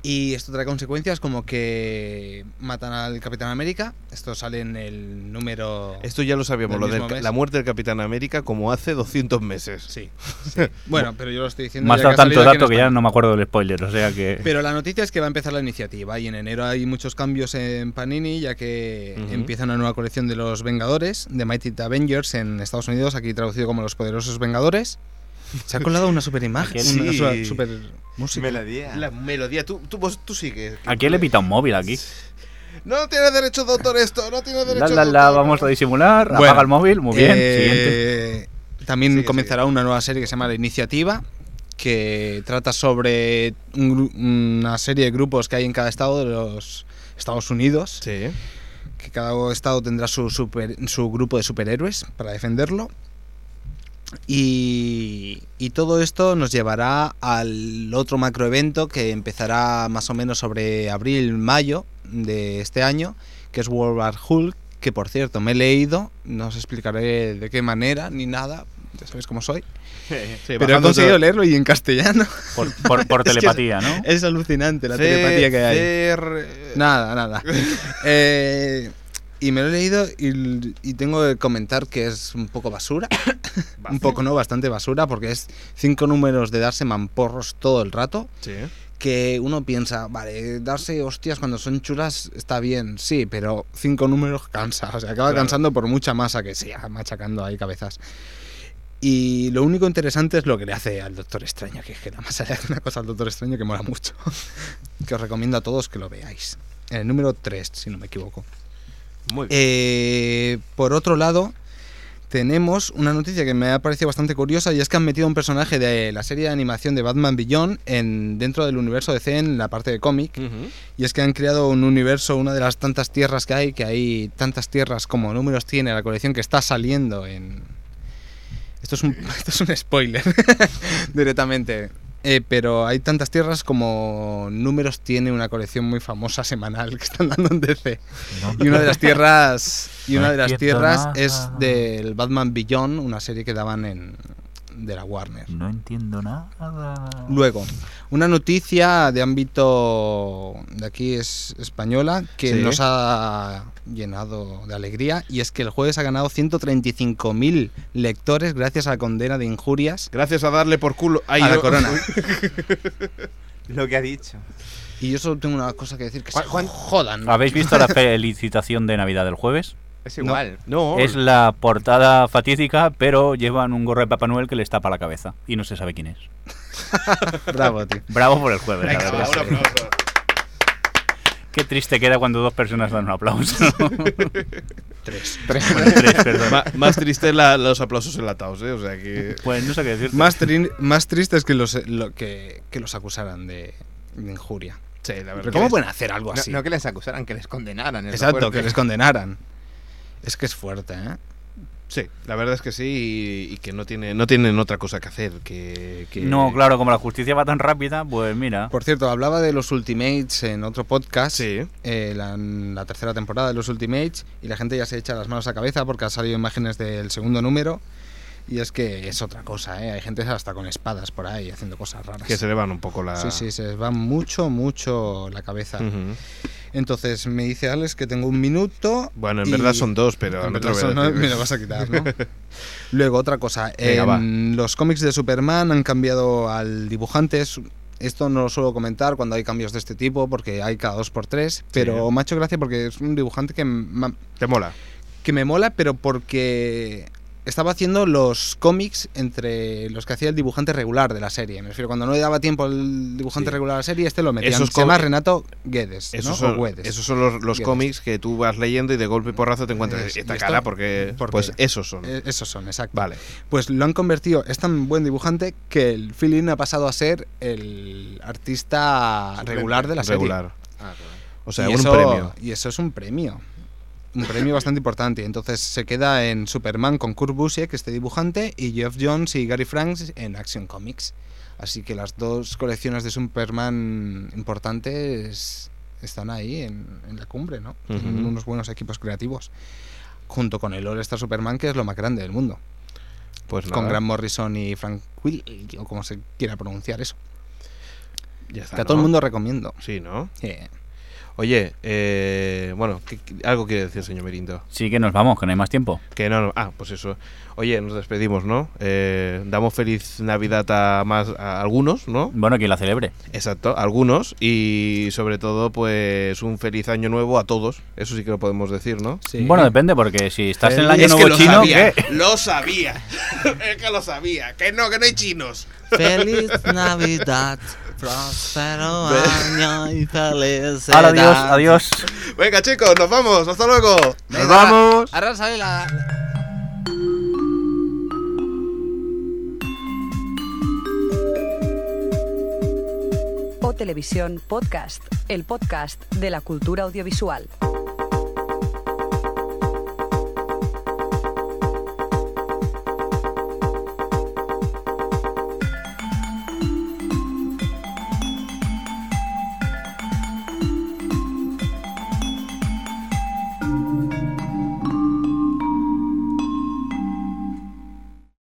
Speaker 5: Y esto trae consecuencias como que matan al Capitán América. Esto sale en el número.
Speaker 2: Esto ya lo sabíamos,
Speaker 5: Del
Speaker 2: lo
Speaker 5: mismo
Speaker 2: de
Speaker 5: mes.
Speaker 2: la muerte del Capitán América como hace 200 meses.
Speaker 5: Sí. sí. bueno, pero yo lo estoy diciendo.
Speaker 4: Me has
Speaker 5: ya
Speaker 4: dado
Speaker 5: que ha salido
Speaker 4: tanto
Speaker 5: aquí en
Speaker 4: dato que ya
Speaker 5: España.
Speaker 4: no me acuerdo del spoiler, o sea que...
Speaker 5: Pero la noticia es que va a empezar la iniciativa y en enero hay muchos cambios en Panini ya que
Speaker 2: Ujú.
Speaker 5: empieza una nueva colección de los Vengadores, de Mighty Avengers en Estados Unidos, aquí traducido como los poderosos Vengadores. Se ha colado una super imagen,
Speaker 2: Aquel-
Speaker 5: una
Speaker 2: Sí.
Speaker 5: super, música.
Speaker 3: Melodía.
Speaker 2: La melodía, tú, tú, vos- tú sigues.
Speaker 4: ¿A quién le pita un móvil aquí?
Speaker 2: No tiene derecho de autor esto, no tiene derecho
Speaker 4: La, la,
Speaker 2: de
Speaker 4: la,
Speaker 2: autor.
Speaker 4: vamos a disimular,
Speaker 5: Bueno,
Speaker 4: apaga el móvil, muy bien, siguiente.
Speaker 5: Eh, También
Speaker 2: Sigue,
Speaker 5: comenzará una nueva serie que se llama La Iniciativa, que trata sobre un gru- una serie de grupos que hay en cada estado de los Estados Unidos.
Speaker 2: Sí.
Speaker 5: que cada estado tendrá su, super- su grupo de superhéroes para defenderlo. Y, y todo esto nos llevará al otro macroevento que empezará más o menos sobre abril-mayo de este año, que es World War Hulk, que por cierto me he leído, no os explicaré de qué manera ni nada, ya sabéis cómo soy, pero he conseguido leerlo y en castellano.
Speaker 4: Por, por- por
Speaker 5: Es que
Speaker 4: telepatía, ¿no?
Speaker 5: Es alucinante la telepatía que hay. Nada, nada. Eh, y me lo he leído y, y tengo que comentar que es un poco basura. un poco no, bastante basura, porque es cinco números de darse mamporros todo el rato. Que uno piensa, vale, darse hostias cuando son chulas está bien, sí, pero cinco números cansa. O sea, acaba
Speaker 2: Claro.
Speaker 5: cansando por mucha masa que sea, machacando ahí cabezas. Y lo único interesante es lo que le hace al Doctor Extraño, que es que nada más le hace una cosa al Doctor Extraño que mola mucho. que os recomiendo a todos que lo veáis. En el número 3, si no me equivoco.
Speaker 2: Muy bien.
Speaker 5: Eh, por otro lado, tenemos una noticia que me ha parecido bastante curiosa y es que han metido un personaje de la serie de animación de Batman Beyond en, dentro del universo de DC en la parte de cómic.
Speaker 2: Ujú.
Speaker 5: Y es que han creado un universo, una de las tantas tierras que hay, que hay tantas tierras como números tiene la colección que está saliendo en... Esto es un, esto es un spoiler, directamente. Eh, pero hay tantas tierras como números tiene una colección muy famosa semanal que están dando en DC. Y una de las tierras, y una de las
Speaker 4: Entiendo
Speaker 5: tierras es
Speaker 4: nada.
Speaker 5: del Batman Beyond, una serie que daban en de la Warner.
Speaker 4: No entiendo nada.
Speaker 5: Luego, una noticia de ámbito de aquí es española que
Speaker 2: Sí.
Speaker 5: nos ha llenado de alegría y es que el jueves ha ganado 135.000 lectores gracias a la condena de injurias
Speaker 2: Gracias a darle por culo Ay,
Speaker 5: a la
Speaker 2: no.
Speaker 5: corona.
Speaker 3: Lo que ha dicho.
Speaker 5: Y yo solo tengo una cosa que decir que se
Speaker 3: Juan- Juan-
Speaker 5: jodan.
Speaker 4: ¿Habéis visto la felicitación de Navidad del jueves?
Speaker 3: Es igual.
Speaker 2: No,
Speaker 4: Es la portada fatídica, pero llevan un gorro de Papá Noel que les tapa la cabeza y no se sabe quién es.
Speaker 5: Bravo, tío.
Speaker 4: Bravo por el jueves. la
Speaker 2: Venga,
Speaker 4: verdad.
Speaker 2: va, un aplauso.
Speaker 4: Qué triste queda cuando dos personas dan un aplauso.
Speaker 5: Tres.
Speaker 4: Bueno, tres, perdón.
Speaker 2: Ma- más triste la- los aplausos enlatados, ¿eh? O sea que.
Speaker 4: Pues no sé qué decir.
Speaker 5: Más, tri- más tristes que los, lo- que, que los acusaran de, de injuria.
Speaker 2: Sí, la verdad.
Speaker 5: ¿Cómo
Speaker 2: que-
Speaker 5: pueden hacer algo
Speaker 3: No,
Speaker 5: así?
Speaker 3: no que les acusaran, que les condenaran. es lo
Speaker 5: Exacto,
Speaker 3: fuerte.
Speaker 5: que les condenaran. Es que es fuerte, ¿eh?
Speaker 2: Sí, la verdad es que sí y, y que no, tiene, no tienen otra cosa que hacer. Que, que-
Speaker 4: No, claro, como la justicia va tan rápida, pues mira.
Speaker 5: Por cierto, hablaba de los Ultimates en otro podcast,
Speaker 2: Sí.
Speaker 5: eh, la, la tercera temporada de los Ultimates, y la gente ya se echa las manos a la cabeza porque han salido imágenes del segundo número. Y es que es otra cosa, ¿eh? Hay gente hasta con espadas por ahí haciendo cosas raras.
Speaker 2: Que se le van un poco la.
Speaker 5: Sí, sí, se les va mucho, mucho la cabeza.
Speaker 2: Ujú.
Speaker 5: Entonces me dice Alex que tengo un minuto.
Speaker 2: Bueno, en
Speaker 5: y-
Speaker 2: verdad son dos, pero
Speaker 5: en
Speaker 2: no te
Speaker 5: verdad
Speaker 2: lo voy a
Speaker 5: son- no,
Speaker 2: decir.
Speaker 5: me lo vas a quitar, ¿no? Luego, otra cosa.
Speaker 2: Venga, va.
Speaker 5: en los cómics de Superman han cambiado al dibujante. Es- Esto no lo suelo comentar cuando hay cambios de este tipo, porque hay cada dos por tres. Pero
Speaker 2: Sí.
Speaker 5: me ha hecho gracia porque es un dibujante que, ma-
Speaker 2: Te mola.
Speaker 5: que me mola, pero porque estaba haciendo los cómics entre los que hacía el dibujante regular de la serie. Me refiero, cuando no le daba tiempo al dibujante
Speaker 2: Sí.
Speaker 5: regular de la serie, este lo metía.
Speaker 2: Esos
Speaker 5: Se llama
Speaker 2: cómic-
Speaker 5: Renato Guedes. ¿no?
Speaker 2: Esos,
Speaker 5: O
Speaker 2: son,
Speaker 5: Guedes.
Speaker 2: esos son los, los
Speaker 5: Guedes.
Speaker 2: cómics que tú vas leyendo y de golpe y porrazo te encuentras
Speaker 5: Es-
Speaker 2: esta
Speaker 5: ¿y esto?
Speaker 2: cara porque.
Speaker 5: ¿Por
Speaker 2: pues
Speaker 5: qué?
Speaker 2: esos son.
Speaker 5: Eh, Esos son, exacto.
Speaker 2: Vale.
Speaker 5: Pues lo han convertido, es tan buen dibujante que el Feeling ha pasado a ser el artista
Speaker 3: Suplente,
Speaker 5: regular de la serie.
Speaker 2: regular.
Speaker 3: Ah, claro.
Speaker 2: O sea,
Speaker 5: Y
Speaker 2: un
Speaker 5: eso-
Speaker 2: premio.
Speaker 5: Y eso es un premio. Un premio bastante importante. Entonces se queda en Superman con Kurt Busiek, este dibujante, y Jeff Jones y Gary Franks en Action Comics. Así que las dos colecciones de Superman importantes están ahí en, en la cumbre, ¿no? Tienen
Speaker 2: Ujú.
Speaker 5: unos buenos equipos creativos. Junto con el All-Star Superman, que es lo más grande del mundo
Speaker 2: Pues nada.
Speaker 5: con Grant Morrison y Frank Will, o como se quiera pronunciar eso.
Speaker 2: Ya está,
Speaker 5: que a todo el
Speaker 2: ¿no?
Speaker 5: mundo recomiendo.
Speaker 2: Sí, ¿no?
Speaker 5: Eh,
Speaker 2: Oye, eh, bueno, ¿qué- qué- algo quiere decir, señor Merinto.
Speaker 4: Sí que nos vamos, que no hay más tiempo.
Speaker 2: Que no, no- ah, pues eso. Oye, nos despedimos, ¿no? Eh, damos feliz Navidad a más a algunos, ¿no?
Speaker 4: Bueno, quien la celebre.
Speaker 2: Exacto, a algunos y sobre todo, pues un feliz año nuevo a todos. Eso sí que lo podemos decir, ¿no?
Speaker 4: Bueno, depende, porque si estás en el año
Speaker 2: Es que
Speaker 4: nuevo
Speaker 2: lo
Speaker 4: chino,
Speaker 2: sabía,
Speaker 4: ¿qué?
Speaker 2: Lo sabía. es que lo sabía. Que no, que no hay chinos.
Speaker 7: Feliz Navidad, próspero año y feliz.
Speaker 4: Ahora, adiós, adiós.
Speaker 2: Venga, chicos, nos vamos. Hasta luego.
Speaker 7: Venga,
Speaker 2: vamos.
Speaker 7: Ahora sale la.
Speaker 1: O Televisión Podcast, el podcast de la cultura audiovisual.